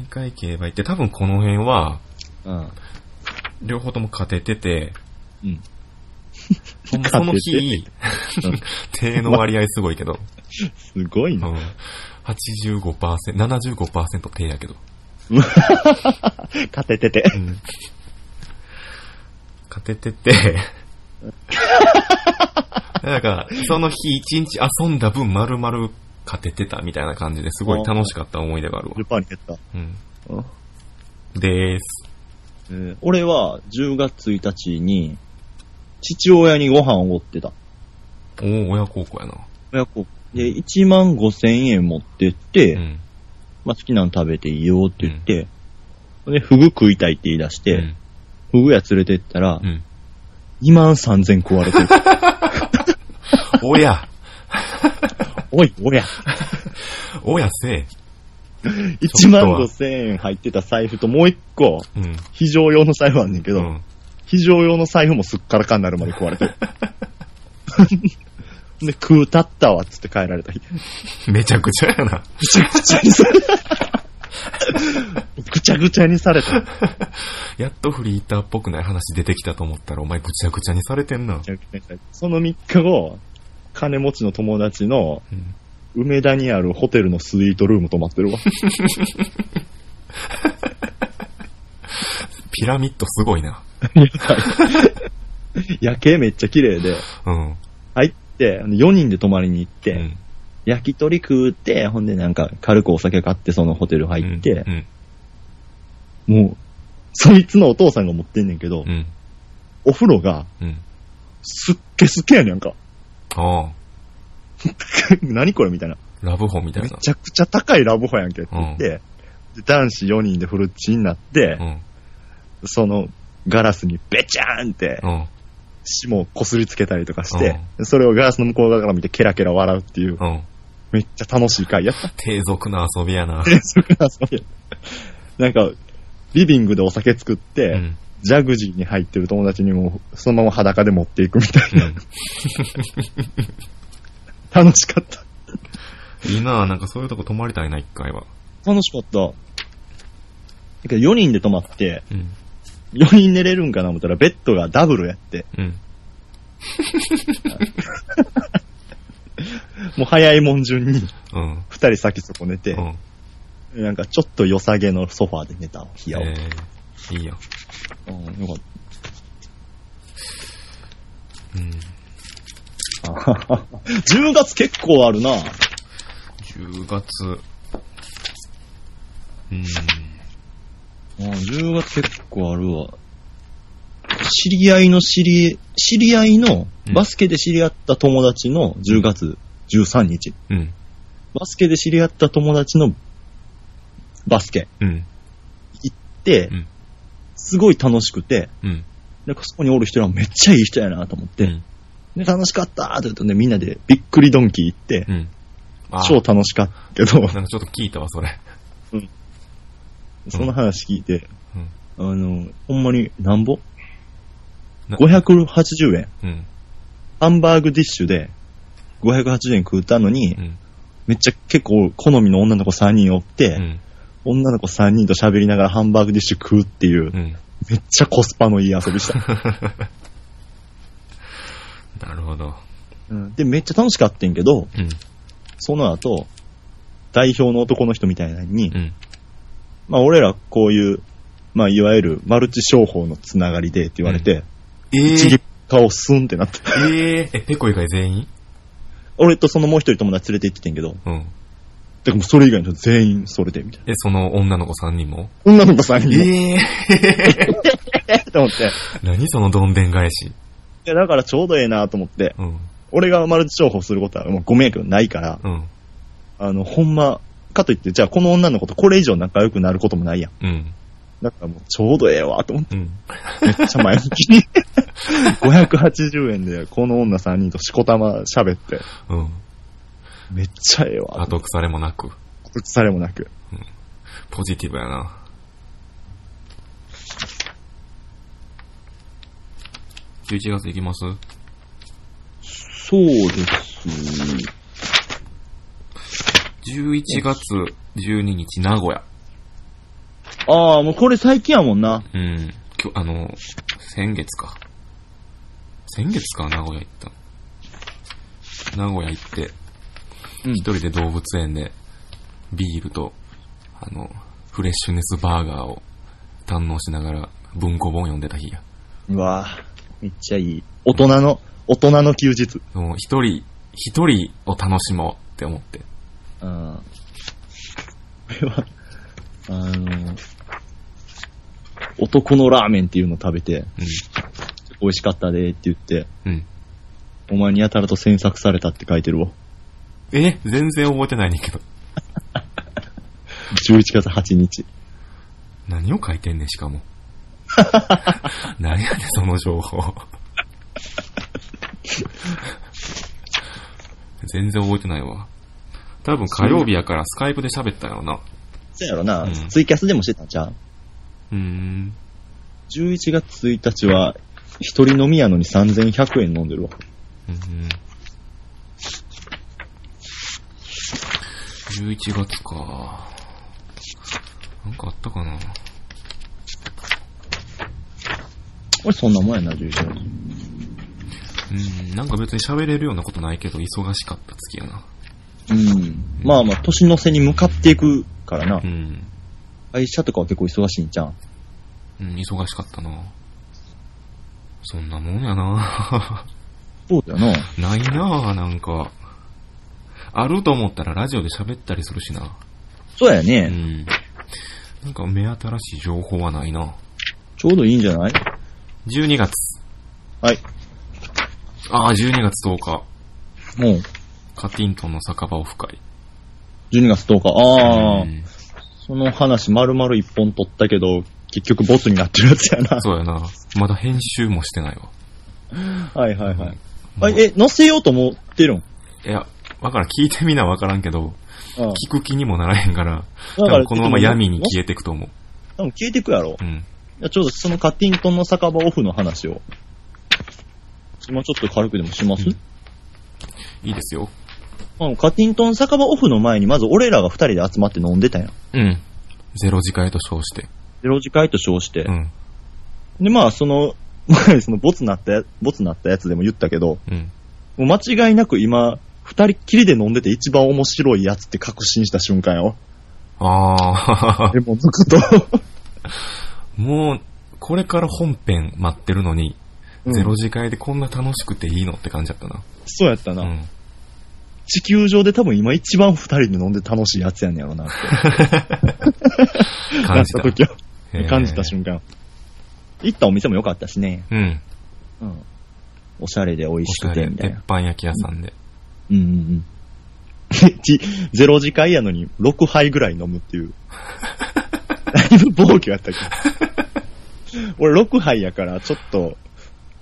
A: 2回競馬行って、多分この辺は、
B: うん。
A: 両方とも勝ててて、
B: うん。
A: ほんまその日
B: てて、
A: 手の割合すごいけど、
B: すごいうな。
A: ん、85%、75%手やけど、
B: 勝ててて。
A: うん、 勝てて て、なんか、その日一日遊んだ分丸々勝ててたみたいな感じですごい楽しかった思い出があるわ。
B: ルパンに減った。
A: うん、でーす。
B: えー俺は10月1日に、父親にご飯をおってた。
A: おー、親孝行やな。
B: 親子で、1万5千円持ってって、
A: うん。
B: まあ、好きなの食べていいよって言って、で、フグ食いたいって言い出して、
A: うん
B: フグ屋連れてったら、
A: うん。
B: 2万3千食われてる。
A: 親、
B: おい、おや。
A: 親せえ。
B: 1万5千円入ってた財布ともう1個、
A: うん。
B: 非常用の財布あんねんけ
A: う
B: ど、
A: ん。
B: 非常用の財布もすっからかになるまで食われてる。で、食うたったわっつって帰られた日。
A: めちゃくちゃやな。
B: ぐちゃぐちゃにされた。ぐちゃぐちゃにされた。ぐ
A: やっとフリーターっぽくない話出てきたと思ったら、お前ぐちゃぐちゃにされてんな。
B: ちゃぐちゃにされたその3日後、金持ちの友達の
A: うん
B: 梅田にあるホテルのスイートルーム泊まってるわ。
A: ピラミッドすごいな。
B: 夜景めっちゃ綺麗で、
A: うん。
B: 入って、4人で泊まりに行って、
A: うん
B: 焼き鳥食うて、ほんでなんか軽くお酒買ってそのホテル入って
A: う、ん。
B: もう、そいつのお父さんが持ってんねんけど、
A: うん。
B: お風呂が
A: うん。
B: すっけすけやねんか。
A: ああ。
B: 何これみたいな。
A: ラブホみたい
B: め
A: な。
B: ちゃくちゃ高いラブホやんけって言って、で男子4人でフルッチになって
A: う、ん。
B: そのガラスにベチャーンって
A: うん。
B: 霜をこすりつけたりとかして、それをガラスの向こう側から見てケラケラ笑うっていう、
A: うん。
B: めっちゃ楽しい回やった。
A: 低俗な遊びやな。
B: それからそういうなんか、リビングでお酒作って、
A: うん。
B: ジャグジーに入ってる友達にも、そのまま裸で持っていくみたい な。楽しかった。
A: いいなぁ、なんかそういうとこ泊まりたいな、一回は。
B: 楽しかった。だけど4人で泊まって、
A: うん。
B: 4人寝れるんかな思ったら、ベッドがダブルやって、
A: うん。
B: もう早いもん順に
A: うん。
B: 2人先そこ寝て
A: う、ん。
B: なんかちょっと良さげのソファーで寝た日やわ、
A: えー、いいや。
B: うんよかっ
A: うん。
B: た。10月結構あるな。
A: 10月。うん。
B: うん、10月結構あるわ。知り合いの知り、知り合いの
A: うん、
B: バスケで知り合った友達の10月13日。
A: うん。
B: バスケで知り合った友達のバスケ
A: うん。
B: で
A: うん、
B: すごい楽しくて、
A: うん。
B: なんかそこにおる人はめっちゃいい人やなと思
A: う
B: って、
A: ん。
B: で楽しかったーって言うとね、みんなでびっくりドンキー行って、
A: うん。あ
B: 超楽しかったけど、
A: なんかちょっと聞いたわ、それ。
B: その話聞いて、
A: うん
B: あの、ほんまになんぼ
A: な
B: ?580 円。
A: うん。
B: ハンバーグディッシュで580円食ったのに
A: う、ん。
B: めっちゃ結構好みの女の子3人おっ
A: う
B: て、
A: ん。
B: 女の子3人と喋りながらハンバーグディッシュ食うっていう、
A: うん。
B: めっちゃコスパのいい遊 びした。
A: なるほど。
B: で、めっちゃ楽しかったんけ
A: う
B: ど、
A: ん。
B: その後、代表の男の人みたいなのに、
A: うん。
B: まあ俺らこういう、まあいわゆるマルチ商法のつながりでって言われて、
A: えー
B: 一撃顔スンってなって、
A: えー、え、ペコ以外全員
B: 俺とそのもう一人友達連れて行っててんけど、
A: うん。
B: てかもうそれ以外の人全員それで、みたいな。
A: え、その女の子3人も
B: 女の子さんにも、
A: ええ
B: えー、と思って。
A: 何そのどんでん返し。
B: いや、だからちょうどええなと思って、
A: うん。
B: 俺がマルチ重宝することは、まあ、ごめんやけどないから、
A: うん。
B: あの、ほんま、かといって、じゃあこの女の子とこれ以上仲良くなることもないやん。
A: うん。
B: だからもうちょうどええわと思って、
A: うん。
B: めっちゃ前向きに。580円でこの女3人としこたま喋って、
A: うん。
B: めっちゃええわ。
A: 後腐れもなく、
B: とされもなく。
A: ポジティブやな。11月行きます
B: そうです。
A: ?11 月12日、名古屋。
B: ああ、もうこれ最近やもんな。
A: うん。今日、あの、先月か。先月か、名古屋行ったの。名古屋行って、
B: うん
A: 一人で動物園で、ビールと、あの、フレッシュネスバーガーを堪能しながら文庫本読んでた日や。
B: うわあ、めっちゃいい。大人の、大人の休日。
A: もう一人、一人を楽しもうって思って。
B: うん。これは、あの、男のラーメンっていうのを食べて、美味しかったでって言って、
A: うん。うん。
B: お前にやたらと詮索されたって書いてるわ。
A: え全然覚えてないねんけど。
B: 11月8日。
A: 何を書いてんねん、しか も。何やねん、その情報。全然覚えてないわ。多分火曜日やからスカイプで喋ったよな。
B: そうやろな、
A: うん
B: ツイキャスでもしてたんじゃん。
A: うーん。
B: 11月1日は、一人飲みやのに3100円飲んでるわ。
A: うんうん11月か。なんかあったかな。
B: 俺そんなもんやな、11月。
A: うん、なんか別に喋れるようなことないけど、忙しかった月やな。
B: うん。まあまあ、年の瀬に向かっていくからな
A: う。ん。
B: 会社とかは結構忙しいんじゃん。
A: うん、忙しかったな。そんなもんやな。
B: そうだよな。
A: ないなぁ、なんか。あると思ったらラジオで喋ったりするしな。
B: そうや
A: う
B: ね。
A: ん。なんか目新しい情報はないな。
B: ちょうどいいんじゃない
A: 12月。
B: はい。
A: ああ、12月10日。
B: もう、
A: カティントンの酒場オフ会。
B: 12月10日。ああ、
A: うん
B: その話丸々1本取ったけど、結局ボツになってるやつやな。
A: そうやな。まだ編集もしてないわ。
B: はいはいはい。あ
A: い
B: え、載せようと思ってるん
A: や、わからん。聞いてみなわからんけど、
B: うん
A: 聞く気にもならへんから、多
B: だから
A: 分このまま闇に消えてくと思う。
B: 多分消えてくやろ。
A: うん。
B: いやちょうどそのカティントンの酒場オフの話を。今ちょっと軽くでもします、
A: うんいいですよ。
B: あのカティントン酒場オフの前に、まず俺らが二人で集まって飲んでたやん。
A: うん。ゼロ次回と称して。
B: ゼロ次会と称して
A: う。ん。
B: で、まあ、その、 前にそのボツなったや、ボツなったやつでも言ったけど、
A: うん。
B: もう間違いなく今、二人っきりで飲んでて一番面白いやつって確信した瞬間よ。
A: ああ。
B: でも、ずくと。
A: もう、これから本編待ってるのに、
B: うん
A: ゼロ次回でこんな楽しくていいのって感じだったな。
B: そうやったな。
A: うん。
B: 地球上で多分今一番二人で飲んで楽しいやつやねんやろなって。な
A: 感
B: っ
A: じ
B: た
A: た。
B: 時は、
A: へー
B: 感じた瞬間。行ったお店も良かったしね。
A: うん。
B: うん。おしゃれで美味
A: お
B: し
A: しゃ
B: くて、
A: れ、
B: みたい
A: 鉄
B: な。
A: 板焼き屋さんで。
B: うんうんうん。 じゼロ次会やのに6杯ぐらい飲むっていう。 だいぶ暴挙やったけ ど。俺6杯やから、ちょっと、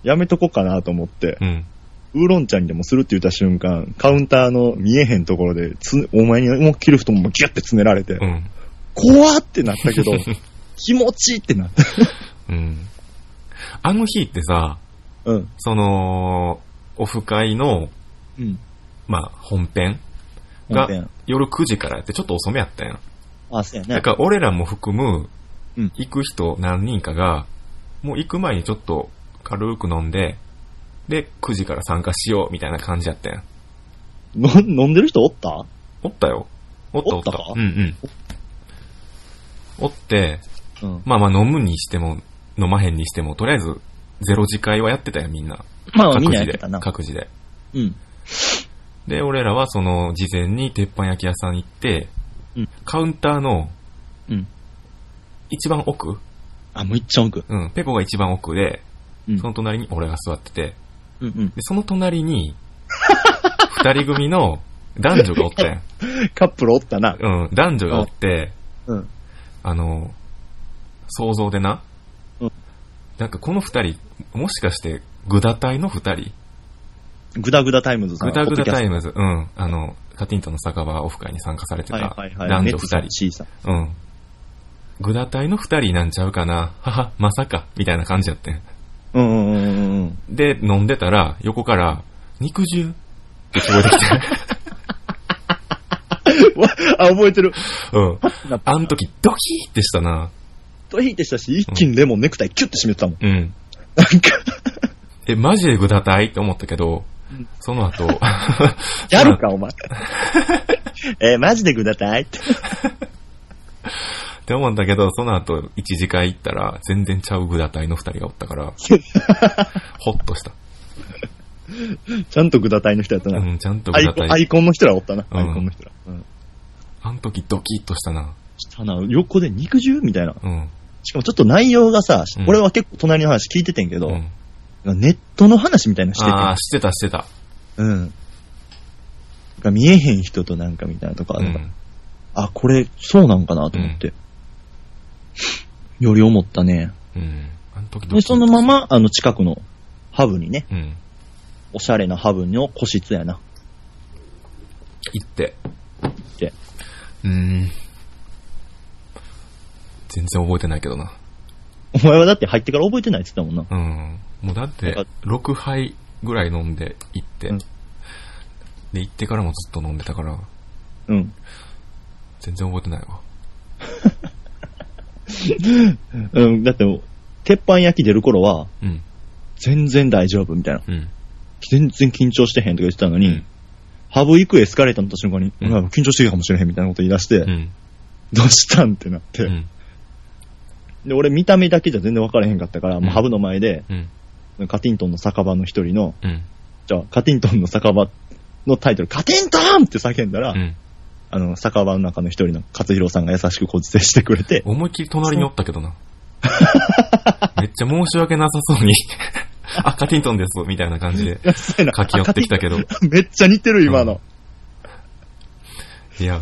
B: やめとこうかなと思って、
A: うん。
B: ウーロン茶にでもするって言った瞬間、カウンターの見えへんところで、つお前に思いっきり太ももギュッて詰められて、
A: うん。
B: 怖ってなったけ ど、気持ちいいってなった。
A: うん。あの日ってさ、
B: うん。
A: その、オフ会の、
B: うん。
A: まあ、本編
B: 本
A: が
B: 編。
A: 夜9時からやってちょっと遅めやったんや。
B: あ、そうやね
A: だ。から俺らも含む
B: うん、
A: 行く人何人かが、もう行く前にちょっと軽く飲んで、で、9時から参加しようみたいな感じやったんや。
B: の飲んでる人おった
A: おったよ。おったおった。
B: おったか
A: うんうん。おって、
B: うん。
A: まあまあ飲むにしても、飲まへんにしても、とりあえず、ゼロ次会はやってたよ、みんな。
B: まあ、
A: 各
B: みんなや
A: 自
B: っ
A: で
B: てたな。。
A: 各自で。
B: うん。
A: で、俺らはその事前に鉄板焼き屋さん行って、
B: うん
A: カウンターの
B: うん。
A: 一番奥、
B: あ、もういっちゃ奥。
A: うん、ペコが一番奥で、
B: うん
A: その隣に俺が座ってて、
B: うんうん。
A: で、その隣に、 二人組の男女がお ったやん。
B: カップルおったな。
A: うん、男女がおって、
B: うん。
A: あの、想像でな、
B: うん
A: なんかこの二人、もしかして、グダ隊の二人
B: グダグダタイムズさん。
A: グダグダタイ
B: ム
A: ムズ、うん、あの、カティントの酒場オフ会に参加されて
B: はい
A: た
B: はいはい。
A: 男女
B: ネットさ
A: 二
B: ん
A: 人。
B: C さん。
A: うん。グダ隊の二人なんちゃうかなはは、まさか、みたいな感じやってん。
B: うんうんうんうんうん。
A: で、飲んでたら、横から、肉汁って聞こえてきて。
B: わあ、覚えてる。
A: うん。
B: なパ
A: あの時、ドキーってしたな。
B: ッと引いてしたし、一気にレモンネクタイキュッて締めてたもん。
A: うん。
B: なんか、
A: え、マジでグダ隊って思ったけど
B: うん、
A: その後、
B: やるか、お前。 えーマジでグダタイ って。
A: って思ったけど、その後、一次会行ったら、全然ちゃうグダ隊の二人がおった から、ほっとした。
B: ちゃんとグダタイの人やったな。
A: うん、ちゃんと
B: ア
A: グ
B: イ
A: ダ
B: コンア
A: 隊。
B: イコンの人らおったな。
A: うん
B: アイコンの人ら。うん。
A: あの時ドキッとしたな。
B: したな、横で肉汁みたいな。
A: うん。
B: しかもちょっと内容がさ
A: う、ん
B: 俺は結構隣の話聞いててんけど、
A: うん、
B: ネットの話みたいなのしててん
A: ああ、してたしてた。
B: うん。が見えへん人となんかみたいなとか、
A: う
B: なんか
A: ん。
B: あ、これそうなんかなと思って、より思ったね。
A: うん。あの時ドキッと
B: で、そのま。ま、あの、近くのハブにね、
A: うん。
B: おしゃれなハブの個室やな。
A: 行って。
B: て
A: うーん。全然覚えてないけどな。
B: お前はだって入ってから覚えてないって言ってたもんな。
A: うん。もうだって
B: なんか、
A: 6杯ぐらい飲んで行って、
B: うん
A: で、行ってからもずっと飲んでたから、
B: うん。
A: 全然覚えてないわ。
B: うん、だって、鉄板焼き出る頃は、
A: うん。
B: 全然大丈夫みたいな。
A: うん。
B: 全然緊張してへんとか言ってたのに、
A: うん
B: ハブ行くエスカレーターの途中に、
A: うん
B: うわ緊張してるかもしれへんみたいなこと言い出して、
A: うん。
B: どうしたんってなって、
A: うん。
B: で、俺見た目だけじゃ全然分からへんかったから、もううんハブの前で、
A: うん。
B: カティントンの酒場の一人の、
A: うん。
B: じゃあ、カティントンの酒場のタイトル、カティントンって叫んだら、
A: うん。
B: あの、酒場の中の一人の勝弘さんが優しくこじせしてくれて、
A: 思いっきり隣におったけど な。めっちゃ申し訳なさそうに、 あ、カティントンです、みたいな感じで
B: いやそうやな
A: 書き寄ってきたけど。
B: あカティントン めっちゃ似てる、今の。
A: いや、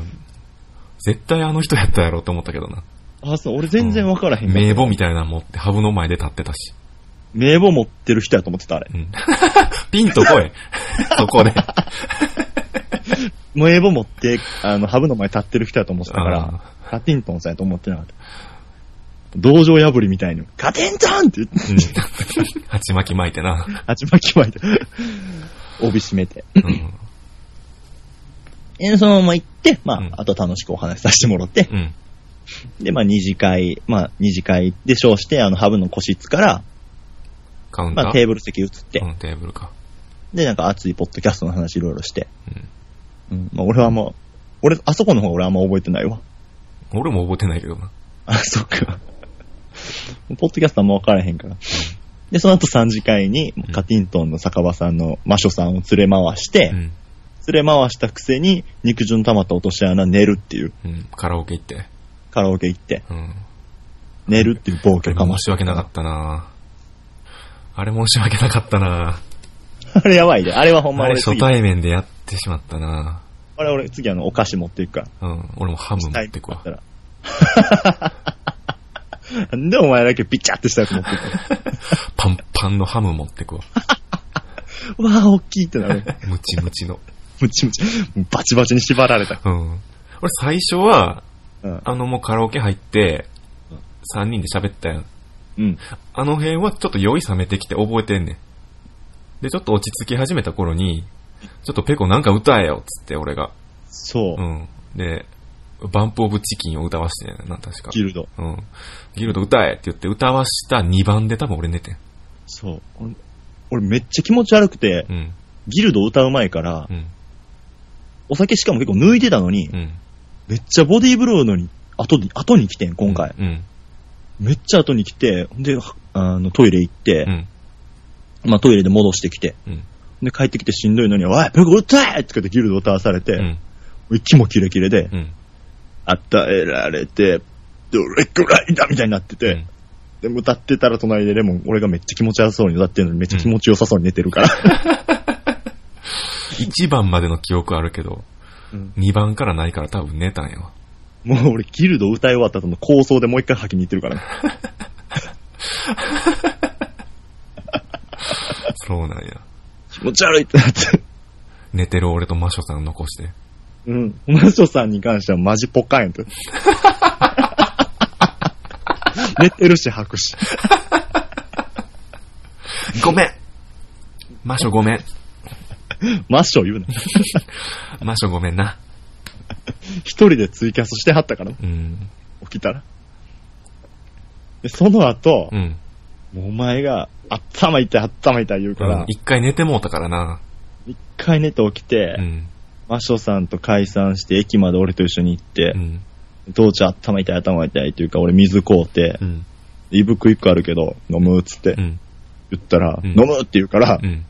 A: 絶対あの人やったやろって思ったけどな。
B: あ、そう、俺全然分からへんかった。
A: 名簿みたいなの持って、ハブの前で立ってたし。
B: 名簿持ってる人やと思ってた、あれ。
A: うん。ピンとこい。そこで。だ
B: 名簿持って、あの、ハブの前立ってる人やと思ってたから、カティントンさんやと思ってなかった。道場破りみたいに、カティントンって言って、
A: うん。鉢巻き巻いてな。
B: 鉢巻き巻いて、 帯締めて。
A: うん。
B: えそのまま行って、まあ、
A: うん
B: あと楽しくお話しさせてもらって、
A: うん。
B: で、まあ、二次会、まあ、二次会で称して、あの、ハブの個室から、
A: カウンター。
B: まあ、テーブル席移って、
A: うん、テーブルか。
B: で、なんか熱いポッドキャストの話いろいろして、
A: うん。
B: うん、まあ、俺はもう、俺、あそこの方が俺はあんま覚えてないわ。
A: 俺も覚えてないけどな。
B: あ、そっか。ポッドキャストあんま分からへんから。で、その後3次会に
A: ん、
B: カティントンの酒場さんの魔女さんを連れ回して、
A: うん。
B: 連れ回したくせに、肉汁の溜まった落とし穴寝るっていう、
A: うん。カラオケ行って。
B: カラオケ行って、
A: うん。
B: 寝るっていう暴
A: あれ
B: 挙か
A: 申
B: も
A: し訳なかったなあれ申し訳なかったな
B: た。 あれやばいで、あれはほんま
A: あれ
B: 俺次
A: 初、対面でやってしまったな
B: あれ俺次あの、お菓子持っていくから。
A: うん。俺もハム持ってくわ
B: だ。から。 なんでお前だけビチャってしたやつ持ってく
A: パンパンのハム持ってくわ。
B: のわあ、大きいってなる。
A: ムチムチの。
B: ムチムチ、もうバチバチに縛られた。
A: うん。俺最初は、
B: うん。
A: あのもうカラオケ入って
B: うん、
A: 3人で喋ったやん。
B: うん。
A: あの辺はちょっと酔い冷めてきて覚えてんねん。で、ちょっと落ち着き始めた頃に、ちょっとペコなんか歌えよっつって俺が。
B: そ
A: う。
B: う
A: ん。で、バンプオブチキンを歌わしてんな、確か。
B: ギルド。
A: うん。ギルド歌えって言って歌わした2番で多分俺寝てん。
B: そう。俺俺めっちゃ気持ち悪くて、
A: うん。
B: ギルド歌う前から
A: う、ん。
B: お酒しかも結構抜いてたのに
A: う、ん。
B: めっちゃボディーブローのに、後に、後に来てん、今回。
A: うん。
B: めっちゃ後に来て、ほんで、あの、トイレ行って
A: う、ん。
B: まあトイレで戻してきて、
A: うん。
B: で、帰ってきてしんどいのに、おい、ブル歌えとかってギルドを倒されて、
A: うん。
B: 息もキレキレで、
A: うん。
B: 与えられて、どれくらいだみたいになってて、で、歌ってたら隣でレモン、俺がめっちゃ気持ちよさそうに歌ってるのにめっちゃ気持ちよさそうに寝てるから。
A: 1番までの記憶あるけど、
B: うん
A: 2番からないから多分寝たんやわ。
B: もう俺、ギルド歌い終わった後の構想でもう一回吐きに行ってるからね。
A: そうなんや。
B: 気持ち悪いってなって。
A: 寝てる俺と魔女さん残して。
B: うん。マショさんに関してはマジポカーン やと。寝てるし吐くし。
A: ごめん魔女ごめん
B: マショ言うな。
A: 魔女ごめんな。
B: 一人でツイキャスしてはったから、
A: うん。
B: 起きたら。で、その後、
A: うん。
B: もうお前が、頭痛い頭痛い言うか
A: う
B: ら
A: ん、一回寝てもうたからな。
B: 一回寝て起きて、
A: うん。
B: マショさんと解散して駅まで俺と一緒に行って
A: う、ん。
B: どうちゃ頭痛い頭痛いというか俺水買うて
A: う、ん。
B: 胃袋一個あるけど飲むっつって
A: うん。
B: 言ったら、
A: うん
B: 飲むって言うから、
A: うん。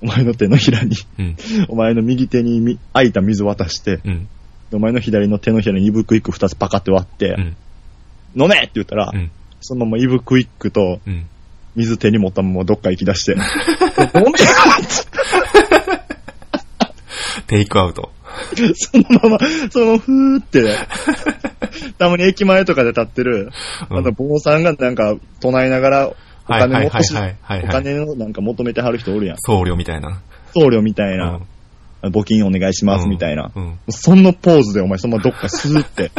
B: お前の手のひらに、
A: うん。
B: お前の右手にみ空いた水渡して、
A: うん。
B: お前の左の手のひらに胃袋一個二つパカって割って
A: う、ん。
B: 飲めって言ったら、
A: うん。
B: そのまま胃袋一個と
A: うん。
B: 水手に持ったままどっか行き出 して、飲め
A: テイクアウト。
B: そのまま、そのままふーって、たまに駅前とかで立ってる、
A: うん
B: あと坊さんがなんか唱えながら、お
A: はいは
B: 金
A: いはい
B: を欲しい、
A: はい。はい
B: お
A: はい。
B: 金をなんか求めてはる人おるやん。
A: 僧侶みたいな。
B: 僧侶みた
A: う
B: いな、
A: ん
B: 募金お願いしますみたいな。
A: うん。
B: そのポーズでお前そのままどっかスーって、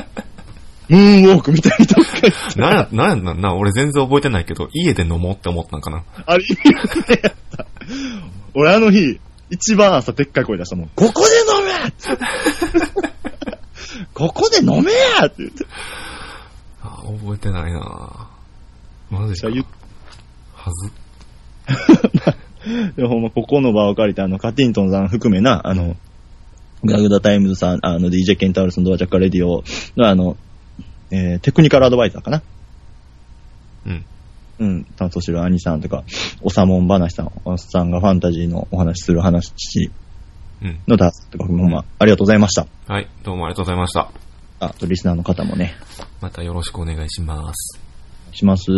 B: ムーンウォークみたいにどっか行っ
A: なんや、なんやなんな、俺全然覚えてないけど、家で飲もうって思ったんかな。
B: たあれ、意味わかんなかった俺あの日、一番朝でっかい声出したもん。ここで飲めやってここで飲めやって言って。
A: あ覚えてないなマジか。
B: 言っ
A: はず。
B: でもほんま、ここの場を借りて、あの、カティントンさん含めな、あの、ガグダタイムズさん、あの、DJ ケンタウルスのドアジャッカレディオの、あの、えー、テクニカルアドバイザーかな。
A: うん。
B: うん、担当してる兄さんとか、おさもん話さん、おっさんがファンタジーのお話しする話
A: うん。
B: のダースとか、ほんま、ありがとうございました。
A: はい、どうもありがとうございました。
B: あと、リスナーの方もね、
A: またよろしくお願いします。
B: します。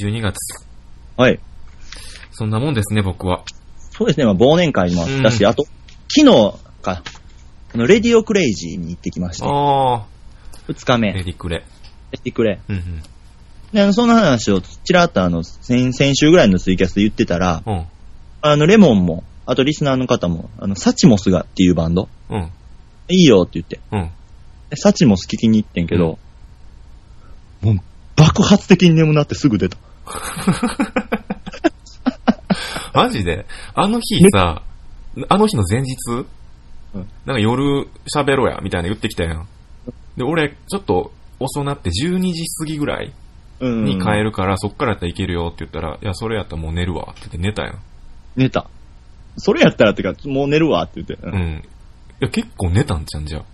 A: 12月。
B: はい。
A: そんなもんですね、僕は。
B: そうですね、まあ、忘年会もあったし、
A: うん
B: あと、昨日か、あの、レディオクレイジーに行ってきまして、
A: あ
B: 2日
A: ー、レ
B: 目、
A: ディクレ。
B: してくれ。
A: うんうん。
B: で、あの、その話をちらっとあの、先、先週ぐらいのツイキャスで言ってたら、
A: うん。
B: あの、レモンも、あとリスナーの方も、あの、サチモスがっていうバンド、
A: うん。
B: いいよって言って、
A: うん。
B: でサチモス聞きに行ってんけど、もう、爆発的に眠なってすぐ出た。
A: マジであの日さ、あの日の前日、
B: うん
A: なんか夜喋ろうや、みたいな言ってきたやん。で、俺、ちょっと遅なって12時過ぎぐらい
B: うん。
A: に帰るから、そっからやったら行けるよって言ったら、いや、それやったらもう寝るわって言って寝たやん。
B: 寝た。それやったらってか、もう寝るわって言って。うん
A: うん。いや、結構寝たんじゃん、じゃあ。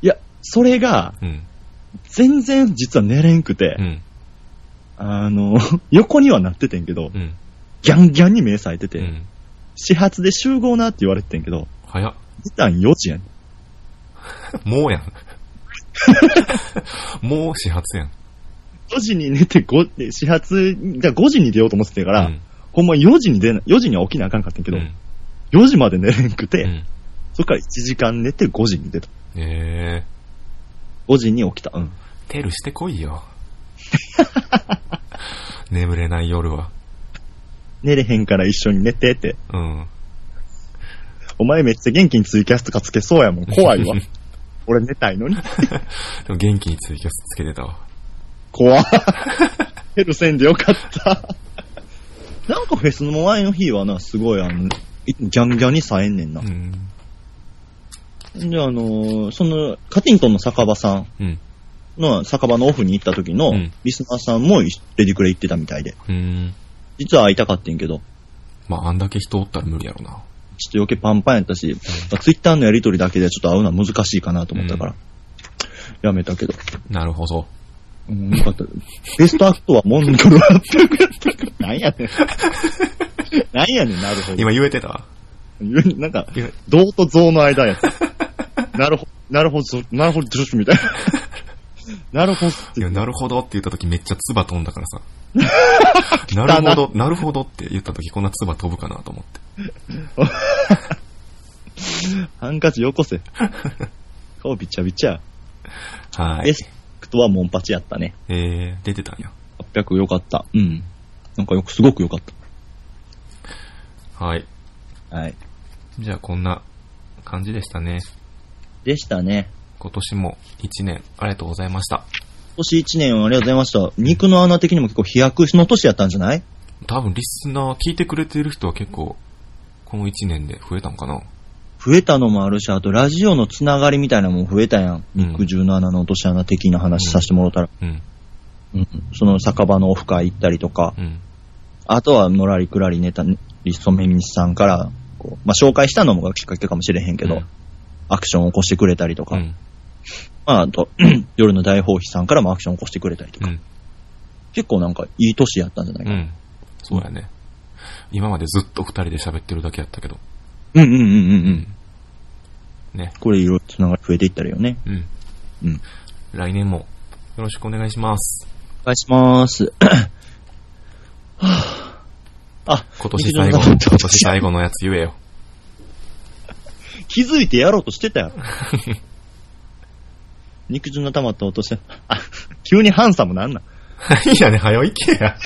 B: いや、それが、
A: うん。
B: 全然実は寝れんくて、
A: うん。
B: あの、 横にはなっててんけど、
A: うん。
B: ギャンギャンに目冴えて
A: う
B: て、
A: ん。
B: 始発で集合なって言われててんけど、
A: 早っ。
B: 出たん4時やねん。
A: もう やん。もう始発やん。
B: 5時に寝て、5で始発が5時に出ようと思ってたから、
A: うん。
B: ほんま4時に出な、4時には起きなあかんかったんけ
A: う
B: ど、
A: ん。
B: 4時まで寝れんくて、
A: うん
B: そっから1時間寝て5時に出た。
A: え
B: 5時に起きた。うん。
A: ー、テルしてこいよ。 眠れない夜は。
B: 寝れへんから一緒に寝てって。
A: うん。
B: お前めっちゃ元気にツイキャスとかつけそうやもん。怖 いわ。俺寝たいのに。
A: でも元気にツイキャスつけてたわ。
B: 怖い。ヘルせんでよかった。なんかフェスの前の日はな、すごいあの、いギャンギャンに冴えんねんな
A: う。ん。
B: で、あのーその、カティントンの酒場さん
A: うん。
B: の酒場のオフに行った時の
A: うん
B: リスナーさんもレディクレ行ってたみたいで。
A: うん。
B: 実は会いたかってんけど、
A: まあ、あんだけ人おったら無理やろな。
B: ちょっと余計パンパンやったし、ツイッターのやりとりだけではちょっと会うのは難しいかなと思ったから、やめたけど。
A: なるほど。
B: うん、よかった。ベストアクトはモンゴルアップやったからなんやねん。 なんやねん、なるほど。
A: 今言えてた
B: なんか
A: 言え、
B: 銅と像の間 やった。なるほど、なるほど、なるほど、女子みたい な。なるほどって
A: いや、なるほどって言った時めっちゃ唾飛んだから さ。なるほど、なるほどって言った時こんな唾飛ぶかなと思って。
B: ハンカチよこせ。顔びちゃびちゃ。
A: は
B: ベ
A: い。
B: ストはモンパチやったね。
A: えー、出てたんや。
B: 800よかった。うん。なんかよく、すごくよかっ
A: はい。
B: た。はい。
A: じゃあこんな感じでしたね。
B: でしたね。
A: 今年も1年ありがとうございました。
B: 今年1年はありがとうございました。肉の穴的にも結構飛躍の年やったんじゃない
A: 多分リスナー聞いてくれてる人は結構この1年で増えたんかな。
B: 増えたのもあるし、あとラジオのつながりみたいなのも増えたやん。
A: うん
B: 肉汁の穴の落とし穴的な話させてもらったら。
A: うん、
B: うん。その酒場のオフ会行ったりとか、
A: うん、
B: あとはのらりくらりネタ、リストメミスさんから、こう、まあ、紹介したのもきっかけかもしれへんけど、
A: うん
B: アクションを起こしてくれたりとか、
A: うん、
B: まあ、あと、 夜の大放棄さんからもアクションを起こしてくれたりと
A: う
B: か、
A: ん、
B: 結構なんかいい年やったんじゃないか
A: う
B: な。
A: ん。そうやね。今までずっと2人で喋ってるだけやったけど。
B: うんうんうんうん
A: う
B: うん。。
A: ね、
B: これいろいろつながり増えていったらいいよね。
A: うん。
B: うん。
A: 来年もよろしくお願いします。
B: お願いします。 あ、
A: 今年最後、
B: いいよ
A: 今年最後のやつ言えよ。
B: 気づいてやろうとして たよ。肉汁の溜まった落として、あ、急にハンサムなんなん
A: いやね、早いけや。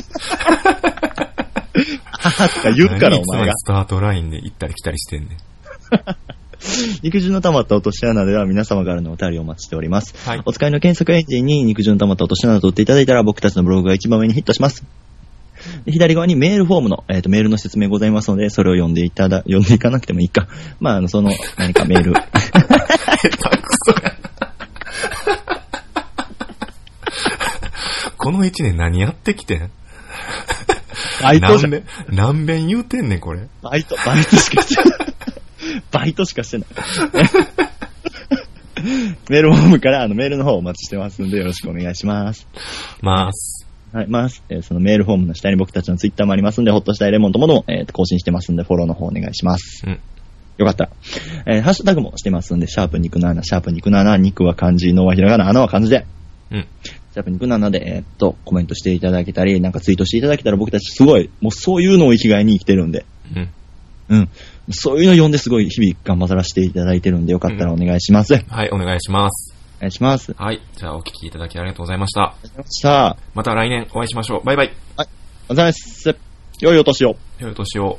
B: あははとか言うから
A: 何い
B: お前
A: つまで
B: が。
A: スタートラインで行ったり来たりしてんね ん。
B: 肉汁の溜まった落とし穴では皆様からのお便りをお待ちしております。
A: はい。
B: お使いの検索エンジンに肉汁の溜まった落とし穴を取っていただいたら僕たちのブログが一番上にヒットします。で左側にメールフォームの、えっ、と、メールの説明ございますので、それを読んでいただ、読んでいかなくてもいいか。 まあ、あの、その、何かメール。
A: この一年何やってきてん
B: バイトじゃ
A: 何
B: ん。
A: 遍、何遍言うてんねん、これ。
B: バイト、バイトしかしてない。 バイトしかしてない。 メールフォームからあのメールの方お待ちしてますのでよろしくお願いします。
A: まーす。
B: はい、ます。えーそのメールフォームの下に僕たちのツイッターもありますんで、ほっとしたいレモンともども、えー更新してますんで、フォローの方お願いします。
A: うん。
B: よかったら。えーハッシュタグもしてますんで、シャープ肉の穴、シャープ肉の穴、肉は漢字、脳はひらがな、穴は漢字で。
A: うん。
B: シャープ肉の穴で、えーっと、コメントしていただけたり、なんかツイートしていただけたら僕たちすごい、もうそういうのを生きがいに生きてるんで、
A: うん。
B: うん。そういうの読んですごい日々頑張らせていただいてるんで、よかったらお願いします。お
A: はい、お願いします。
B: 願いします。
A: はい。じゃあ、お聞きいただきありがとうございました。
B: さあ、
A: また来年お会いしましょう。バイバイ。
B: お疲れ様です。良いお年を。
A: 良いお年を。